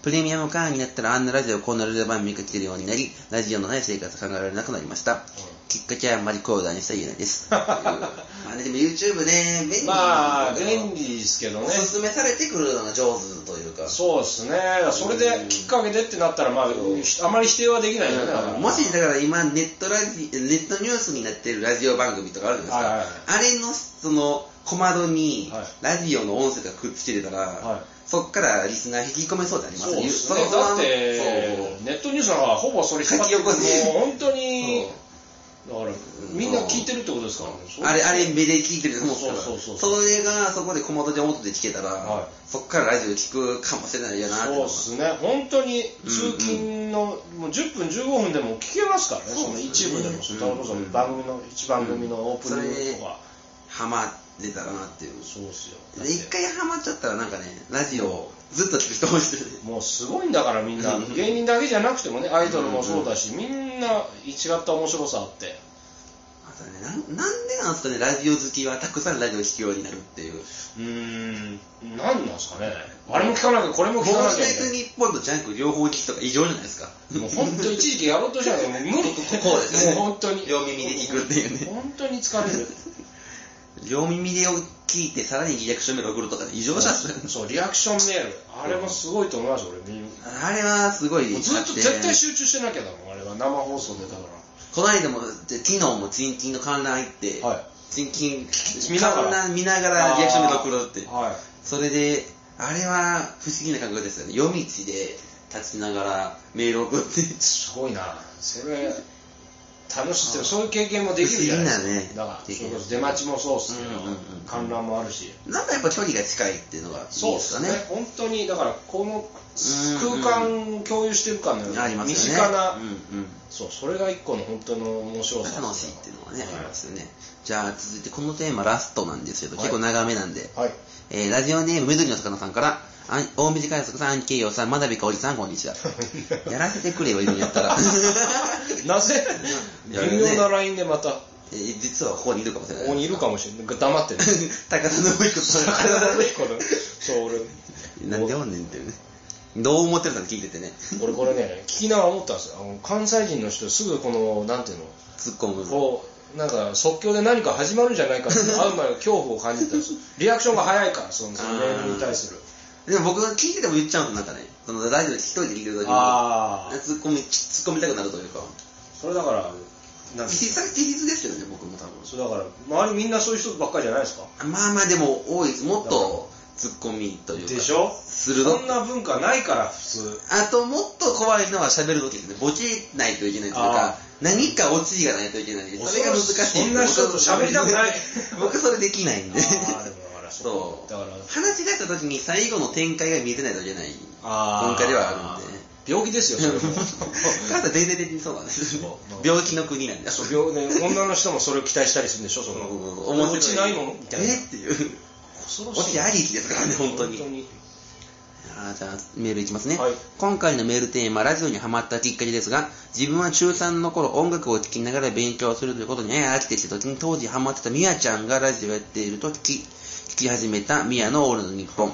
A: プレミアム会員になったらあんなラジオ、こんなラジオ番組が聞けるようになり、ラジオのない生活が考えられなくなりました。きっかけはあんまり声を大にした言えない です。まあね、でも YouTube ね、便利
B: まあ、便利ですけどね
A: お、すすめされてくるのが上手というか、
B: そうですね、それできっかけでってなったら、まあ、あまり否定はできないよね、だから
A: もしだから今ネットラジ、ネットニュースになってるラジオ番組とかあるじゃないですか、あれのその小窓に
B: はい
A: ラジオの音声とかくっつけてたら、
B: はい
A: そっからリスナー引き込めそうじゃありま
B: そう
A: す
B: です
A: そ
B: ね
A: の、
B: だっ
A: そう
B: て、ネットニュースなんかほぼそれ引っ張って
A: 書き起こし
B: もう本当に、だから、みんな聞いてるってことですからね、そう
A: あれ、あれ、目で聞いてると思うから、
B: そうそうそ
A: そ
B: う
A: れがそこで小窓で音で聞けたら、
B: は
A: そっからラジオ聞くかもしれないよなって
B: そうですね、本当に通勤の、もう10分、15分でも聞けますからね、そ
A: そう
B: の
A: ですね
B: 一部でも、それからこそ
A: うん
B: 番組の、一番組のオープニングとか、
A: ハマってたらなっていう。
B: そうっすよ、だっ
A: で一
B: て
A: 回ハマっちゃったらなんかね、ラジオずっと聞く人もいる
B: もうすごいんだから、みんな、芸人だけじゃなくてもね、アイドルもそうだし、みんな、違った面白さあって、
A: ったねなんなんでなんですかねラジオ好きはたくさんラジオを聴くようになるっていう
B: うーん何なんですかねあれも聞かなきゃこれ
A: 「
B: も聞かな
A: ボ
B: きゃみた
A: ス
B: い
A: 日本とジャンク両方聞くとか異常じゃないですか
B: なもう本当一時期やろうとしたけどもう無
A: こ
B: 理
A: うですね
B: もう本当に
A: 両耳で聞くっていうね
B: 本当に疲れる
A: 両耳で聞いてさらにリアクションメール送るとかね異常者っすよね
B: そうリアクションメールあれもすごいと思います俺みんな
A: あれはすごい
B: もうずっと
A: あて
B: 絶対集中してなきゃだもんあれは生放送でだか
A: この間もで昨日もチンキンの観覧行って、
B: はい
A: チンキン
B: 見ながら
A: 観覧見なが
B: ら
A: らリアクションメール送ろうって
B: はい
A: それであれは不思議な感覚ですよね夜道で立ちながらメール送って
B: すごいなそれ楽しいってそういう経験もできるじゃないですか
A: 不思議なね
B: だから
A: でき
B: そ
A: る
B: れこそ出待ちもそうっすけど、
A: うんうんうん
B: 観覧もあるし
A: なんかやっぱ距離が近いっていうのがいいです
B: そうっす
A: か
B: ね
A: ね。
B: 本当にだからこの
A: うんうん
B: 空間を共有してるかのように
A: ありますよね。
B: 身近な、
A: うんうん。
B: そうそれが一個の本当の面白さ
A: 楽しいっていうのはね、ありますすよね。じゃあ続いてこのテーマラストなんですけど、
B: はい
A: 結構長めなんで。
B: はい
A: えーラジオネーム緑の魚さんから、あん大水海賊さん、アンケイヨウさん、まだびかおりさん、こんに ちは。やらせてくれよ、今やったら。
B: なぜ
A: いや
B: 微妙なラインでまたこ
A: えー実はここにいるかもしれない。
B: こにいるかもしれない黙ってね
A: 高田信彦さん。
B: これそう俺
A: なんでおんねんっていうね。どう思ってるかって聞いててね。
B: 俺これね聞きながら思ったんですよあの関西人の人すぐこのなんていうの
A: 突っ込む。
B: こうなんか即興で何か始まるんじゃないかって 会う前の恐怖を感じたんですよリアクションが早いからそのそのメールに対する
A: でも僕が聞いてても言っちゃうとなんかね、そのラジオで一人で聞いてるときに、
B: あー
A: 突っ込み、突っ込みたくなるというか、
B: それだからなんか
A: 実際事実ですよね、僕も多分。
B: それだから周りみんなそういう人ばっかりじゃないですか
A: まあまあでも多いです。もっと突っ込みというか。
B: でしょ
A: 鋭
B: そんな文化ないから普通
A: あと、もっと怖いのは喋るときですね。ボケないといけないという
B: あー
A: か、何か落ちがないといけない。それが難しい。
B: そんな人と喋りたくない
A: 僕それできないんで。
B: ああでもだから
A: そ
B: そう
A: う。
B: だから
A: 話し出したときに最後の展開が見えてないといけない
B: あ
A: 文化ではあるんで。
B: で病気ですよそれ も
A: ただ全然的にそうなんです
B: そう。
A: 病気の国なんだ。
B: そう病ね女の人もそれを期待したりするんでしょその
A: 思
B: 落ちないものみたいな
A: えっていう。
B: 恐ろ
A: 落ちありきですからね、本当に。
B: に
A: あーじゃあメールいきますね、
B: はい
A: 今回のメールテーマラジオにハマったきっかけですが自分は中3の頃音楽を聴きながら勉強するということにやや飽きてきた時に当時ハマってたミヤちゃんがラジオやっていると聞き聞き始めたミヤの「オールナイトニッポン」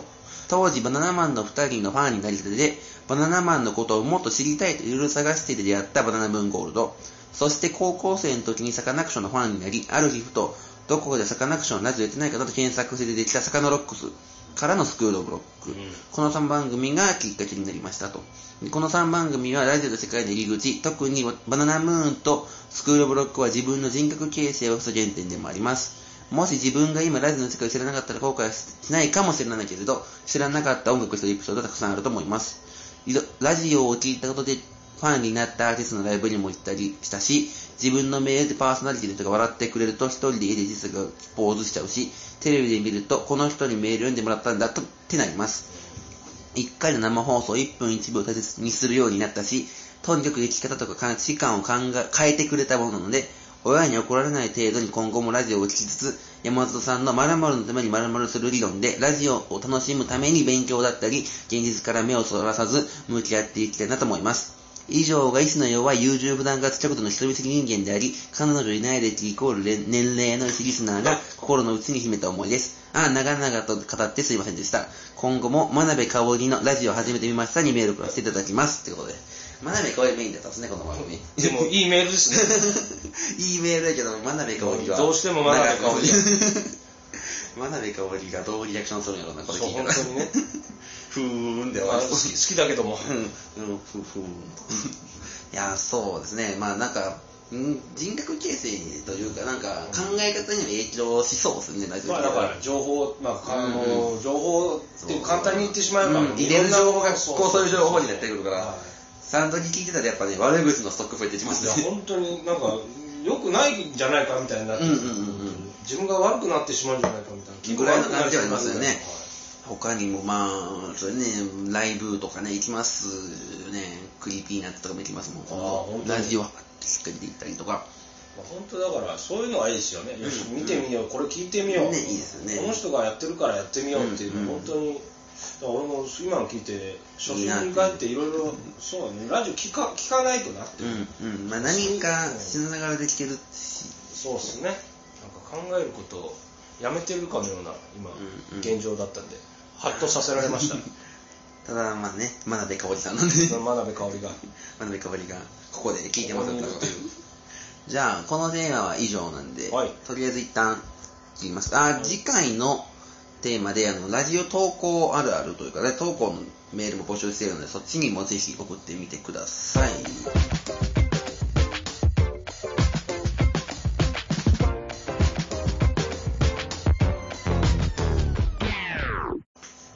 A: 当時バナナマンの2人のファンになりたてでバナナマンのことをもっと知りたいといろいろ探して出会ったバナナムーンゴールドそして高校生の時にサカナクションのファンになりある日ふとどこでサカナクションのラジオやってないかなと検索して出てきたサカナロックスからのスクールオブロック、
B: うん
A: この3番組がきっかけになりましたと。でこの3番組はラジオと世界の入り口、特にバナナムーンとスクールオブロックは自分の人格形成を基礎原点でもあります。もし自分が今ラジオの世界を知らなかったら後悔しないかもしれないけれど、知らなかった音楽とエピソードがたくさんあると思います。いろラジオを聴いたことでファンになったアーティストのライブにも行ったりしたし、自分のメールでパーソナリティの人が笑ってくれると一人で家で実がポーズしちゃうし、テレビで見るとこの人にメール読んでもらったんだとってなります。1回の生放送1分1秒を大切にするようになったし、とにかく生き方とか価値観を考え変えてくれたものなので、親に怒られない程度に今後もラジオを聞きつつ、山里さんの〇〇のために〇〇する理論で、ラジオを楽しむために勉強だったり、現実から目をそらさず、向き合っていきたいなと思います。以上が意志の弱い優柔不断が強くの人見知り人間であり、彼女いない歴イコールれん年齢の意識リスナーが心の内に秘めた思いです。ああ、長々と語ってすいませんでした。今後も真鍋かおりのラジオを始めてみましたにメールを送らせていただきます。ってことで。真鍋かおりメインだったんですね、この番 組。
B: でもいいメールですね
A: いいメールだけど、真鍋かおりは。
B: どうしても真鍋かおりが
A: 長く 真鍋かおりがどうリアクションするんやろうな、これ
B: そう
A: 聞いた
B: 本
A: ら。
B: 当 にね
A: ふーんで終わ
B: あ
A: る
B: 好き好きだけども
A: うん、うん、ふふん。いや、そうですね。まあ、なんか、うん人格形成というか、なんか、考え方にも影響しそうですね、大丈夫
B: まあだから情報まああ
A: うん
B: の情報って簡単に言ってしまえば
A: うん入れる情報が、
B: そ
A: こう、そういう情報になってくるから
B: は、
A: サンドに聞いてたらやっぱね、悪口のストック増えてきま
B: いいや
A: すね。
B: 本当になんか良くないんじゃないかみたいになって
A: うんうんうんうん。
B: 自分が悪くなってしまうんじゃないかみたいな気
A: ぐらいの感じはありますよね
B: はい
A: 他にもまあ、それね、ライブとかね、行きますよね。クリーピーナッツとかも行きますもん。
B: ああ本当に
A: ラジオはしっかりで行ったりとか。
B: まあ本当だからそういうのはいいですよねよし見てみようこれ聞いてみよう
A: ねいいですよね
B: この人がやってるからやってみようっていう
A: うん
B: の
A: うん
B: 本当にだから俺も今の聞いて初心に帰っていろいろそうねラジオ聞か聞かないとなって
A: うんうんまあ、何かしながらできてるし
B: そうですねなんか考えることをやめてるかのような今、
A: うんうん
B: 現状だったんでハッとさせられ ましたね
A: ただまあね真鍋かおりさんなんで
B: その真鍋かおりが
A: 真鍋かおりがここで聞いてます
B: ここにいるっていう
A: じゃあこのテーマは以上なんで、
B: はい
A: とりあえず一旦切りますかあ、
B: はい
A: 次回のテーマであのラジオ投稿あるあるというか、ね、投稿のメールも募集しているのでそっちにもぜひ送ってみてください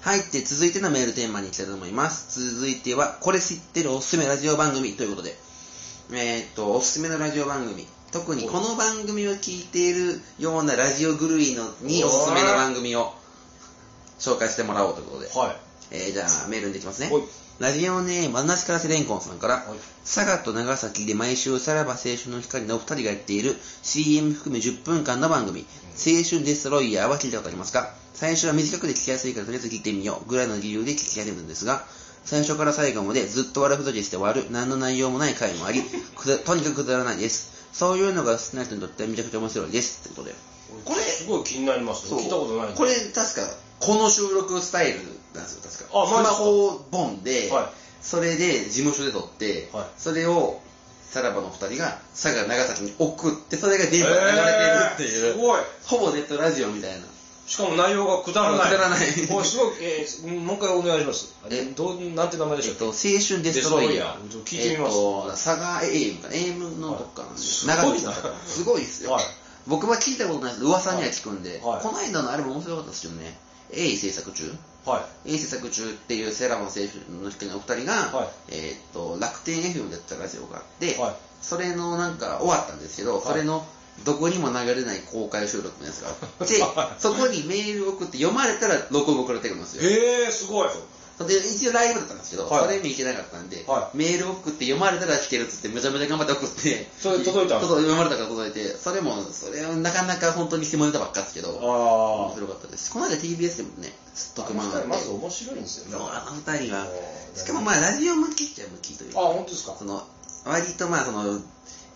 A: はい。で、続いてのメールテーマに行きたいと思います。続いては、これ知ってるおすすめラジオ番組ということで、えーっと、おすすめのラジオ番組。特にこの番組を聞いているようなラジオ狂いのにおすすめの番組を紹介してもらおうということで。
B: は
A: えーじゃあ、メールにできますね
B: はい。
A: ラジオネーム、まなしからせれんこんさんから
B: はい、
A: 佐賀と長崎で毎週さらば青春の光のお二人がやっている CM 含め10分間の番組、青春デスロイヤーは聞いたことありますか最初は短くて聞きやすいからとりあえず聞いてみようぐらいの理由で聞き始めるんですが、最初から最後までずっと悪ふざけして終わる、何の内容もない回もあり、くだとにかくくだらないです。そういうのが好きな人にとってはめちゃくちゃ面白いです。ということで。
B: い
A: これ
B: すごい気になりますね聞いたことないんで
A: これ確かこの収録スタイルなんですよ確か
B: あマジっすか
A: スマホをボンで、
B: はい
A: それで事務所で撮って、
B: はい
A: それをさらばの2人が佐賀長崎に送ってそれが電波で流れてるっていう、
B: えーすごい
A: ほぼネットラジオみたいな
B: しかも内容がくだらない
A: くだらない
B: おすごい、えーもう一回お願いします
A: え
B: どうなんて名前で
A: えっ
B: した
A: と、青
B: っ
A: 春デストロイヤー。
B: デストロイヤー聞いてみます
A: えっと、佐賀 AM かな AM のどっかなんで、
B: は
A: 長
B: い
A: 崎だったすごいですよ。
B: はい
A: 僕は聞いたことないです。噂には聞くんで、
B: はい
A: この間のあれも面白かったですよね。鋭意制作中
B: けはい
A: いい制作中っていうセーラーモン選手の人のお二人が、
B: は
A: えーっと楽天 FM だったラジオがあって、
B: はい
A: それのなんか終わったんですけど、
B: い
A: それのどこにも流れない公開収録のやつがあって、
B: は
A: そこにメール送って読まれたら録音送られてくるんですよ。
B: えー、すごい
A: で一応ライブだったんですけど、
B: はい
A: それ見に行けなかったんで、
B: は
A: メール送って読まれたら弾けるっつってめちゃめちゃ頑張って送って、
B: それ届いたの
A: 届読まれたから届いて、それも、それはなかなか本当に下ネタばっかですけど、
B: あ
A: 面白かったです。この間 TBS でもね、特番あって
B: まず面白いんですよね
A: あの二人は
B: お、ー
A: しかもまあラジオ向きっちゃ向きという
B: あ
A: か、
B: 本当ですか
A: その割とまあその、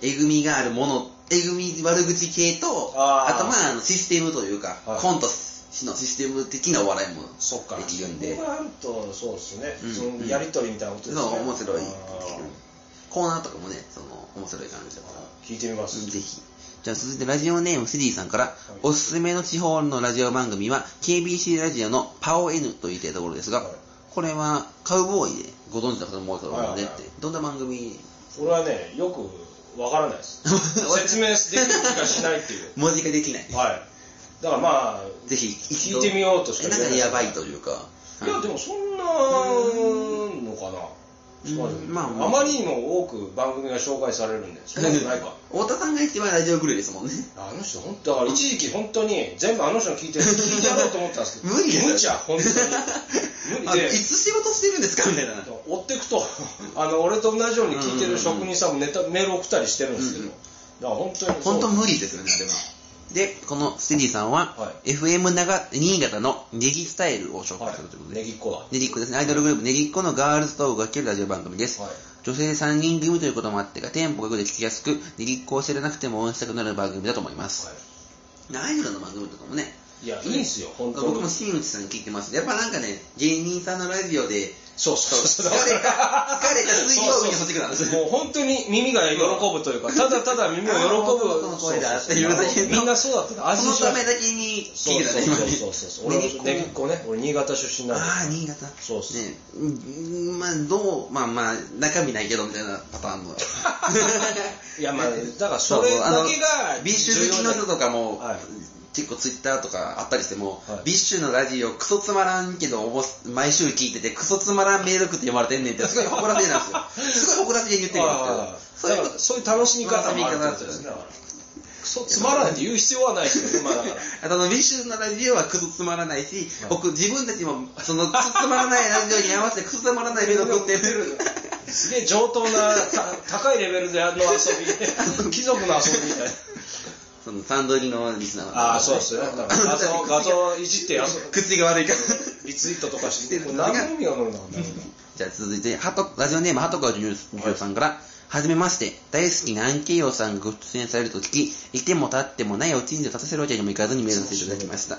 A: えぐみがあるもの、えぐみ悪口系と、
B: あー
A: あとまああのシステムというか、
B: はい
A: コントしのシステム的なお笑いも
B: そっか
A: できるんで
B: そこ、があるとそうですね、
A: うん
B: そのやりとりみたいなこと
A: そ
B: で
A: う
B: すね
A: 面白い
B: あー。
A: コーナーとかもね、その面白い感じだから。
B: 聞いてみます
A: ぜひ。じゃあ続いてラジオネームセディさんから、おすすめの地方のラジオ番組は KBC ラジオのパオ N と言いたいところですが、
B: はい
A: これはカウボーイでご存知の方も多いと思うのでって、
B: はいはいは
A: どんな番組
B: これはねよくわからないです説明できる気がしないっていう
A: 文字ができない。
B: はいだからまあ
A: ぜひ
B: 聞いてみようとしか
A: え
B: 言
A: な
B: え
A: んか
B: ない
A: やばいというか。
B: いや
A: はい
B: でもそんなのかな、
A: うんまあまあ
B: あまりにも多く番組が紹介されるんでそんなことないか
A: 太田さんが一番ラジオ狂いですもんね。
B: あの人本当だから一時期本当に全部あの人の聞いてる聞いてやろうと思ったんですけど
A: 無理ですよ
B: 無茶本当に無
A: あ
B: 理
A: のい
B: で
A: つ仕事してるんですかみたいな。
B: 追っていくと あの俺と同じように聞いてる職人さんもネタメール送ったりしてるんですけど、
A: うんうん
B: だから本当にそう
A: 本当無理ですよね、あれは。で、このステディさんは、
B: は
A: FM 長新潟のネギスタイルを紹介するということ
B: は
A: で、
B: いネギっ子だ
A: ネギっ子ですね、アイドルグループネギっ子のガールズトークが聴けるラジオ番組です。
B: はい
A: 女性3人組ということもあってか、テンポが良くで聞きやすく、ネギっ子を知らなくても応援したくなる番組だと思います。
B: は
A: アイドルの番組とかもね、
B: いいやいいんですよ本当に
A: 僕も新内さんに聞いてます。やっぱなんかね、芸人さんのラジオで、
B: そうそう
A: 疲
B: そう
A: れた、疲れた水曜日にそっち来たんです
B: もう本当に耳が喜ぶという かただただ耳を喜ぶ
A: この声だっていうだけの
B: みんなそうだったから
A: その
B: しな
A: ためだけに
B: そ
A: 聞
B: う
A: いてたね、
B: そう
A: 今ね。
B: そうそうそう俺
A: ネギっ子
B: ネギっ子ね俺新潟出身なんで
A: ああ、新潟。
B: そうっす
A: ね。うんまあ、どう、まあまあ、中身ないけどみたいなパターンの。
B: いやまあだからそれだけ
A: そう
B: が
A: あのビッシュ好きの人とかも、
B: はい
A: 結構ツイッターとかあったりしても、
B: はい
A: ビッシュのラジオクソつまらんけどおぼ毎週聞いててクソつまらんメール送って読まれてんねんってすごい誇らしげなん ですよすごい誇らしげに言ってるんですけど
B: だからそういう楽しみ方もあるってことですねだからクソつまらないって言う必要はないです よねまあだから
A: あとあの、ビッシュのラジオはクソつまらないし、僕、自分たちも、その、クソつまらないラジオに合わせてクソつまらないメール送ってる。
B: すげえ上等なた高いレベルでの遊 び貴族の遊びみたいな
A: その、サンドリのリスナー
B: ああそうですよねだから画像画像いじって遊ぶ
A: 口が悪いから。
B: リツイートとかし
A: して
B: て
A: る
B: これ何の意味があるのかな
A: じゃあ続いて、ハト、ラジオネーム、ハトカジュニュースさんから、はじめまして、大好きなアンケイヨさんがご出演されると聞き、いても立ってもないおちんじを立たせるわけにもいかずにメールさせていただきま した。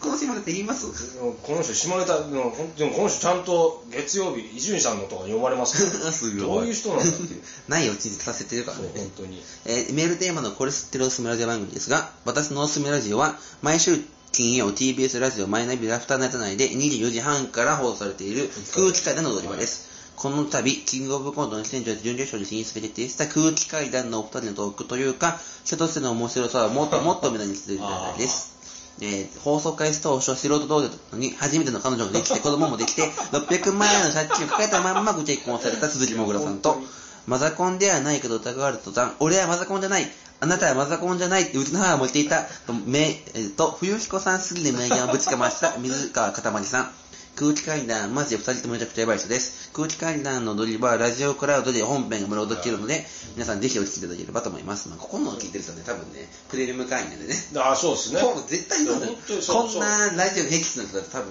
A: この島だって言います
B: この人下ネタのほんでもこの人ちゃんと月曜日伊集院さんのとかに呼ばれます から
A: すごい
B: どういう人なんだっていう
A: ないおちんじ立たせてるから
B: そう
A: ね。
B: 本当に
A: えーメールテーマのこれ知ってるおすすめラジオ番組ですが、私のおすすめラジオは、毎週金曜 TBS ラジオマイナビラフターナイト内で24時半から放送されている空気階段の踊り場です。この度、キングオブコント2018準決勝に進出決定した空気階段のお二人のトークというか、人としての面白さをもっともっと無駄にしていただきたいです。えー放送開始当初素人同士だったのに、初めての彼女ができて、子供もできて、600万円の借金を抱えたまんまご結婚された鈴木もぐらさんと、マザコンではないけど疑われた途端、俺はマザコンじゃないあなたはマザコンじゃないってうちの母も言っていた、と、め、えーと、冬彦さんすぎる名言をぶちかました水川かたまりさん。空気階段、マジで二人ともめちゃくちゃやばい人です。空気階段のドリバー、ラジオクラウドで本編が無料できるので、皆さんぜひお聞きいただければと思います。まあ、ここのを聞いてるとね、多分ね、プレリム会員なんでね。
B: ああそうですね
A: こう絶対そうだよ
B: いや本当にそう
A: こんなラジオの平均の人だと多分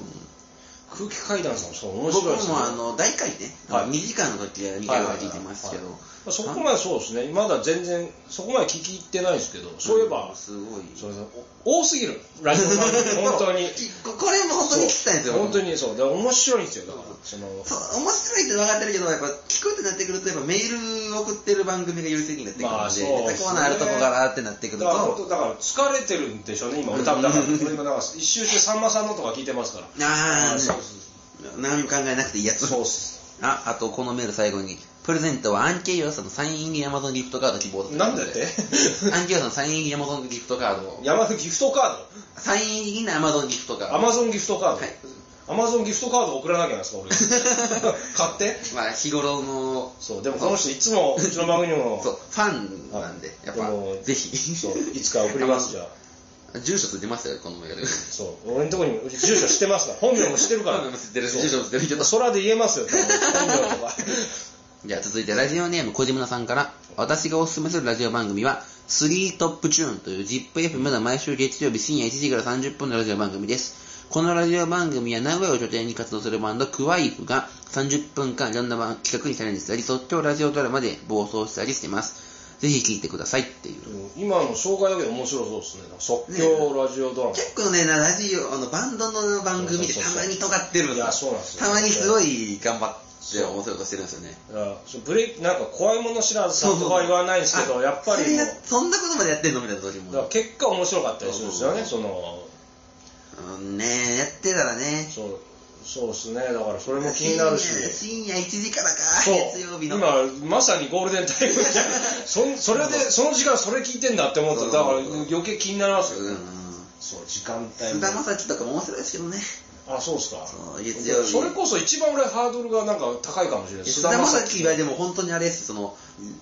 B: 空気階段さんもそう面
A: 僕
B: 白いですね
A: もあの大回ね、
B: は
A: 2
B: い
A: 時間の時は2回は聞いてますけど、
B: はいはいはいそこまでそうですねまだ全然そこまで聞き入ってないんですけどそういえば
A: すごい
B: そうそうお多すぎるラジオ 番組本当に
A: ここれも本当に聞きたいんですよ
B: 本当にそうで面白いんですよだからその
A: そう面白いって分かってるけどやっぱ聞くってなってくるとやっぱメール送ってる番組が優先になってくるので,、
B: まあそうですね
A: コーナーあるとこからってなってくる
B: だから本
A: と
B: 当だから疲れてるんでしょうね今俺多分だから俺今だから一周してさんまさんのとか聞いてますから
A: ああ
B: そう
A: 何も考えなくていいやつ
B: そうっす
A: ああとこのメール最後にプレゼントはアンケイヨさんのサイン入り Amazon ギフトカード希望ということ
B: なんだって
A: アンケイヨさんのサイン入り Amazon ギフトカードを
B: 山田ギフトカ
A: サイン入りの Amazon ギフトカ
B: ー
A: ー
B: ド
A: ド
B: アマゾンギフトカード、
A: はい
B: アマゾンギフトカード送らなきゃなんですか 俺買って
A: まあ日頃の
B: そうでもこの人いつもうちの番組にも
A: そうファンなんでやっ
B: あ
A: ぱ
B: の
A: ぜひ
B: そういつか送りますじゃあ
A: あ住所ついてますよこのメール
B: そう俺のとこに住所知ってますから本名も知ってるから
A: 本名も知ってる
B: そう
A: 住所も知ってるけど
B: 空で言えますよ多分本名と か
A: じゃあ続いてラジオネーム小島さんから私がおすすめするラジオ番組は3トップチューンという ZIPFM の毎週月曜日深夜1時から30分のラジオ番組ですこのラジオ番組は名古屋を拠点に活動するバンドクワイフが30分間いろんな番企画にチャレンジしたり即興ラジオドラマで暴走したりしてますぜひ聴いてくださいっていう
B: 今の紹介だけで面白そうですね即興ラジオドラマ、
A: 結構ね、ラジオ、あの、バンドの番組ってたまに尖ってるん
B: いやそうなんですよ
A: たまにすごい頑張って面白いことしてるんですよね。
B: だからそうブレイクなんか怖いもの知らずさとかは言わないんですけどやっぱり
A: そん
B: も
A: な
B: う
A: そんなことまでやってんのみたいな時も。
B: だから結果面白かったりするんですよね
A: そ
B: その
A: うんねえ、やってたらね。
B: そうそうですねだからそれも気になるし
A: 深夜深夜1時からか、
B: そう
A: 月曜日の。
B: 今まさにゴールデンタイムじゃん そんそれでその時間それ聞いてんだって思ったらだから余計気になりますよ
A: う
B: ね
A: ん。
B: そう時間帯
A: 菅
B: も
A: 田将暉とかも面白いですけどね。
B: あそうですか
A: そう月曜日
B: それこそ一番俺ハードルがなんか高いかもしれない
A: 菅田将暉はでも本当にあれですその、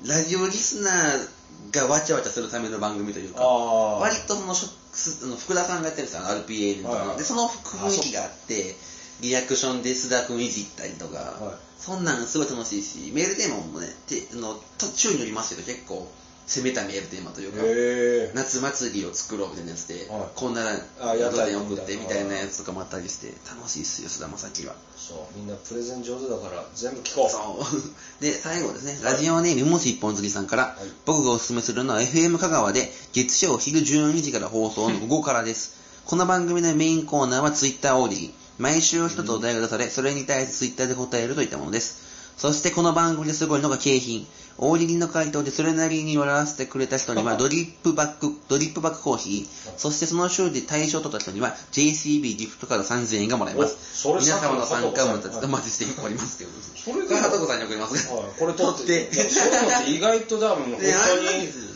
A: ラジオリスナーがわちゃわちゃするための番組というか。
B: ああ
A: 割とそのしょすあの福田さんがやってるんですよ、あの RPA の、
B: はいはい
A: でその雰囲気があって、リアクションで須田君いじったりとか、
B: はい
A: そんなんすごい楽しいし、メールテーマもね、てあのと週によりますけど、結構攻めたメールテーマというか、
B: へえ
A: 夏祭りを作ろうみたいなやつで、
B: はい
A: こんな
B: あやっ
A: 宿
B: たり
A: で送ってみ
B: み
A: た
B: たい
A: い
B: な
A: なやつとかもあったりして、楽しいっすよ、須田将暉は。
B: そうみんなプレゼン上手だから全部聞こう
A: そう。 で、最後ですね、ラジオネームもし一本釣りさんから、
B: い
A: 僕がおすすめするのは FM 香川で月曜昼12時から放送の午後からです。この番組のメインコーナーは Twitter オーディ。毎週一つお題が出され、それに対して Twitter で答えるといったものです。そしてこの番組ですごいのが景品。大喜利の回答でそれなりに笑わせてくれた人 にはドリップバック、ドリップバックコーヒー、そしてその週で対象を取った人には JCB ギフトカード3000円がもらえます。
B: おそれ
A: 皆
B: さっき
A: 様
B: の
A: の参加をまた
B: はい
A: お待ちしておりますけど。
B: それ
A: こ
B: で
A: れ、はとこさんに送ります
B: はい、これ取って、
A: 取って
B: そういうのって意外と多分本当
A: ね、あれなんです
B: に
A: よ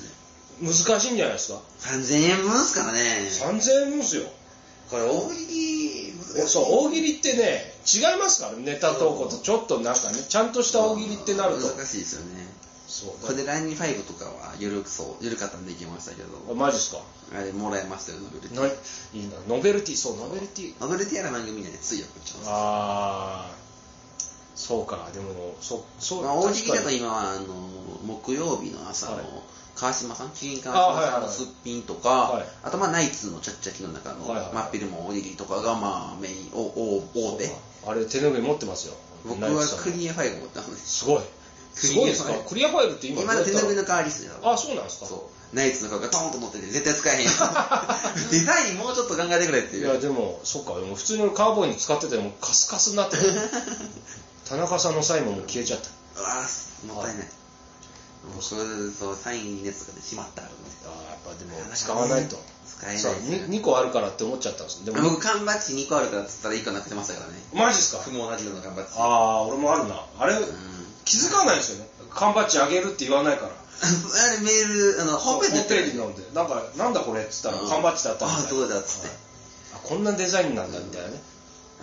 A: ね。
B: 難しいんじゃないですか。
A: 3000円分ですからね。
B: 3000円分ですよ。
A: これ、大喜利、難しい
B: そう、大喜利ってね、違いますから、ネタ投稿とちょっとなんかね、ちゃんとした大喜利ってなると。
A: 難しいですよね。
B: そう
A: これでランニファイブとかは緩くそう、緩かったんでいきましたけ
B: あ
A: ど、
B: マジっすか。
A: あれもらえましたよ、ノベルティ。
B: ないいいな。ノベルティ、そう、ノベルティ。
A: ノベルティやら番組にはね、ついやっちゃうんです
B: ああ。そうか、でも、そ、そう。
A: まあ、大喜利だ
B: 確
A: と
B: かに
A: 今は、あの、木曜日の朝の
B: はい、
A: 川島さん、麒麟
B: あ
A: 川
B: はい
A: 島さん
B: はい
A: の
B: はい
A: すっぴんとか、
B: はい
A: あとまあナイツのチャッチャキの中の、
B: はいはい
A: 真っ昼も大喜利とかがまあメイン、おお大手。
B: あれ、手ぬぐい持ってますよ。
A: 僕
B: ナイ
A: は
B: ツさん
A: クリアファイル持ったのね。
B: すごい。すごいですかクリアファイルって今
A: 今の手ぬぐいの代わりっすよ
B: あそうなんですか
A: そうナイツの顔がトーンと持ってて絶対使えへん デザインもうちょっと考えてくれって
B: い
A: いう
B: やでもそっかでも普通にカーボーイに使っててもうカスカスになってる田中さんのサインももう消えちゃった
A: うわーもったいないもうそれそうサイン入れとかでしまったと思って
B: あーやっぱでも使わないと
A: 使えないです
B: そ
A: よ
B: う 2, 個あるからって思っちゃったんですでも
A: 僕缶バッジ2個あるからっつったら1個なくてましたからね
B: マジですか
A: 不毛なきの缶バッジ
B: ああ俺もあるなあれ気づかないですよね缶バッジあげるって言わないから
A: あれメール、あの、ホームページ
B: ホームページなんでなんかなんだこれっつったら缶バッジだったみたいな
A: あそうだっつって
B: はいあこんなデザインなんだみたいなね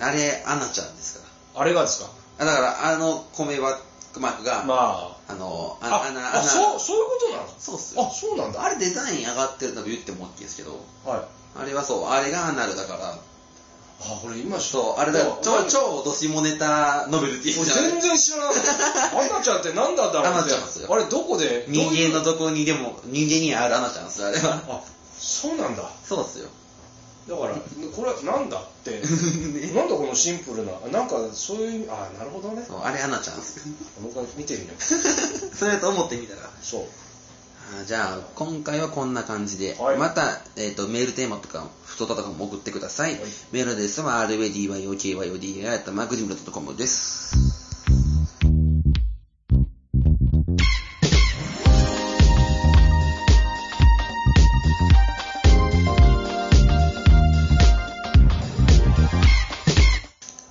A: あれ、アナちゃんですか
B: あれがですか
A: ら。あだから、あの、米バックマークが、
B: まあ
A: あの、
B: あ
A: アナ、アナ、
B: あそうそういうことなの
A: そうっす
B: あ
A: よ。
B: そうなんだ
A: あれデザイン上がってるの言っても大きいですけど、
B: はい
A: あれはそう、あれがアナルだから、
B: あ俺今ちょっ
A: そう、あれだよ、
B: そう
A: 超、超脅しもネタノベルティ
B: と
A: ーじゃな
B: 全
A: い
B: 然知らなかったアナちゃんってなんだだろう
A: アナちゃんっす
B: って
A: よ
B: あれどこでどう
A: 人
B: いう
A: 間のどこにでも、人間にあるアナちゃんですよ、あれは。
B: あそうなんだ
A: そうっすよ。
B: だからこれなんだって
A: ね
B: なんだこのシンプルななんかそういうあなるほどね
A: そう、あれアナちゃんっすよ。
B: もう一回見てみよ う
A: それと思ってみたら、
B: そう
A: あじゃあ、今回はこんな感じで、
B: はい
A: また、えっ、と、メールテーマとか、太田とかも送ってください。
B: はい
A: メールですは、r a d y o k y o d a マグジムドットコムです。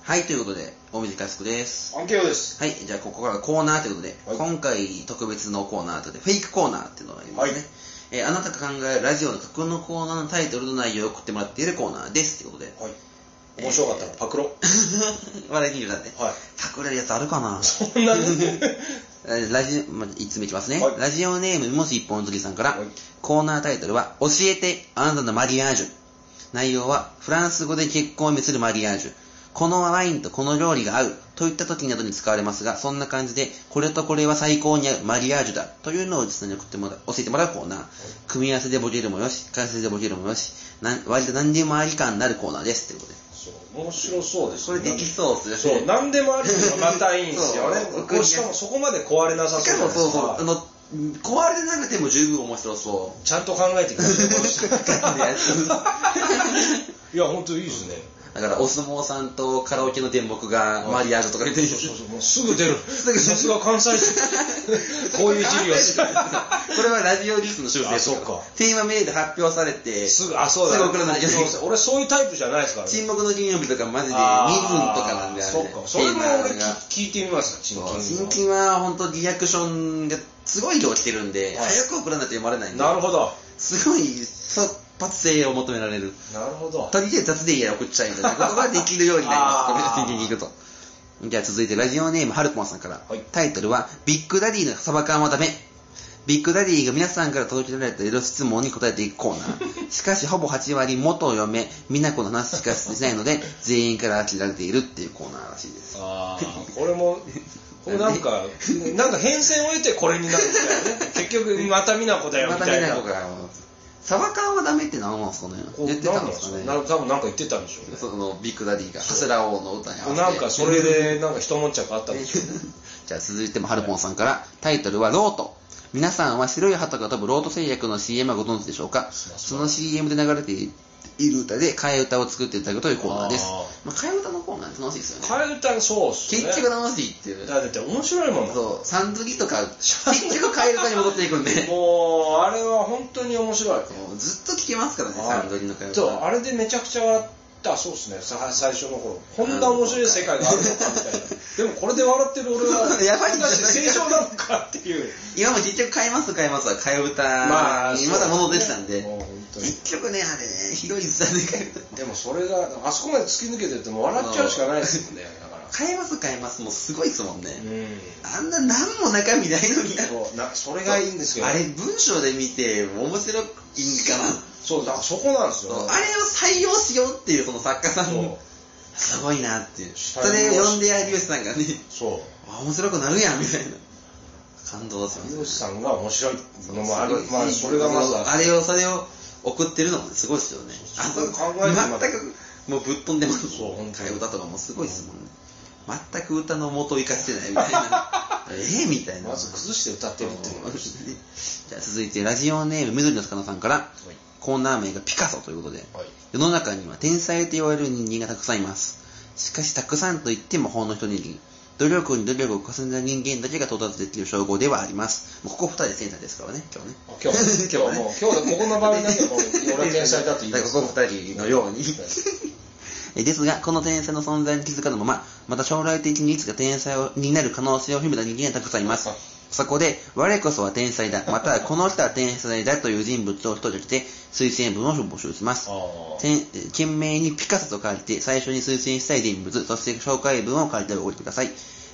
A: はい、ということで、大水すくです。
B: アンケートです
A: はい、じゃあここからコーナーということで、
B: はい
A: 今回特別のコーナーということで、フェイクコーナーっていうのがありますね。
B: は
A: えー
B: い
A: あなたが考えるラジオの曲のコーナーのタイトルの内容を送ってもらっているコーナーです。ということで、
B: はい面白かったらパクロ
A: 笑いにいるなんで、
B: はい
A: 隠れるやつあるかな
B: そんなに
A: えーラジオ、まあ、いつ目いきますね、
B: はい
A: ラジオネームもし一本釣りさんから、
B: はい
A: コーナータイトルは、教えて、あなたのマリアージュ。内容は、フランス語で結婚を意味するマリアージュ。このワインとこの料理が合うといった時などに使われますが、そんな感じで、これとこれは最高に合うマリアージュだというのを実際に送ってもら教えてもらうコーナー。組み合わせでボケるもよし、完成でボケるもよし、なん割と何でもあり感になるコーナーです。ということで。
B: そう面白そうです
A: これできそうっすね
B: そう何でもあるのがまたいいんですよ
A: そう
B: ねこうしかもそこまで壊れなさ
A: しか
B: そ
A: も
B: うじゃない
A: そう
B: です
A: そう、あ
B: か
A: の、壊れなくても十分面白そう。
B: ちゃんと考えてくださ いこの人
A: だ
B: いや本当いいですね
A: からお相撲さんとカラオケの電木がマリアージュとか言ってる
B: そうそうそうもうすぐ出る
A: ぐ出る
B: さすが関西 人こういう授業し
A: これはラジオリストの修正
B: あそうか
A: テーマメールで発表されて
B: すぐあそうだ
A: すぐ送らないといけない
B: そう俺そういうタイプじゃないですからね
A: 沈黙の金曜日とかマジで2分とかなんで
B: あ
A: あ
B: ー
A: れ
B: そっかそれも俺
A: テーマが
B: き聞いてみますチン
A: そう
B: キン
A: 新金は本当リアクションがすごい量来てるんで
B: はい
A: 早く送らないと読まれないんで
B: なるほど
A: すごい突発性を求められる
B: なるほど
A: とりあえず雑でいいや送っちゃえみたいなことができるようになります。
B: あー
A: これでに行くと。じゃあ続いてラジオネームはるぽんさんから、
B: はい
A: タイトルはビッグダディのサバ缶はダメビッグダディが皆さんから届けられた色質問に答えていくコーナ ーしかしほぼ8割元嫁美奈子の話しかしないので全員から諦めているっていうコーナーらしいです
B: ああこれもこれなんかなんか変遷を得てこれになるみたい なね結局また美奈子だよ
A: ま
B: み
A: た
B: た
A: 美
B: いな
A: 奈子がサバ缶はダメって何なんですかね
B: こう
A: 言ってたんですか
B: なん
A: ね
B: なんでしょうな多分なんか言ってたんでしょうね
A: そのビッグダディが柱王の歌に合わせて
B: なんかそれでなんか一悶着あったんでしょうね
A: じゃあ続いてもハルポンさんからタイトルは「ロート」皆さんは白い鳩が飛ぶロート製薬の CM はご存知でしょうか
B: ません
A: その CM で流れている歌で替え歌を作っていただくというコーナーです
B: あ
A: まあ、替え歌のコーナーって楽しいですよね
B: 替え歌そうっすね
A: 結局楽しいっていう
B: だって面白いもんも
A: そうサンドリとか結局替え歌に戻っていく んで
B: うあれは本当に面白い
A: もうずっと聴けますからねサンドリの替え歌
B: とあれでめちゃくちゃ笑ったそうですねさ最初の頃こんな面白い世界があるの かみたいなでもこれで笑ってる俺は
A: やばいん
B: ん
A: じゃ
B: だ
A: ない
B: し正常なのかっていう
A: 今も結局変えます変えますは替え歌にまた戻ってきたんで、
B: そうねもう本当に
A: 結局ねあれね広いずさで替え歌
B: でもそれがあそこまで突き抜けてるともう笑っちゃうしかないですもんねだから
A: 変えます変えますもうすごいですもんね、
B: うん
A: あんな何も中身ないのに
B: そうなそれがいいんですけど
A: あれ文章で見て面白いんかな
B: そうだからそこなんです
A: そう
B: よね
A: あれを採用しようっていうその作家さん
B: そう
A: すごいなっていうそ
B: 採用
A: れを呼んでや有吉さんがね
B: そう
A: あ面白くなるやんみたいな感動しま
B: 有吉
A: す
B: さんが面白いのもあり
A: すごい
B: まあそれがまず
A: あれをそれを送ってるのもすごいですよねあ
B: そう
A: そ
B: 考
A: こ
B: えても
A: 全くもうぶっ飛んでます
B: そう
A: もん
B: 本当に
A: 替 え歌とかもすごいですもんね全く歌の元を生かしてないみたいなえー、みたいな。
B: まず崩して歌ってるっていうのがあるし
A: うんじゃあ続いて、ラジオネーム緑の魚さんから、
B: はい
A: コーナー名がピカソということで、
B: はい
A: 世の中には天才と言われる人間がたくさんいます。しかし、たくさんといってもほんの一握り。努力に努力を重ねた人間だけが到達できる称号ではあります。もうここ二人で天才ですからね、今日ね。
B: あ今日今 日もう今日だここの場合だけはもう俺は天才だと言います
A: ここ二人のように。
B: はい
A: えですが、この天才の存在に気づかぬまま、また将来的にいつか天才をになる可能性を秘めた人間がたくさんいます
B: あ。
A: そこで、我こそは天才だ、またはこの人は天才だという人物を一人して推薦文を募集します
B: あ。ー
A: てんえ懸命にピカソと書いて、最初に推薦したい人物、そして紹介文を書いておいてください。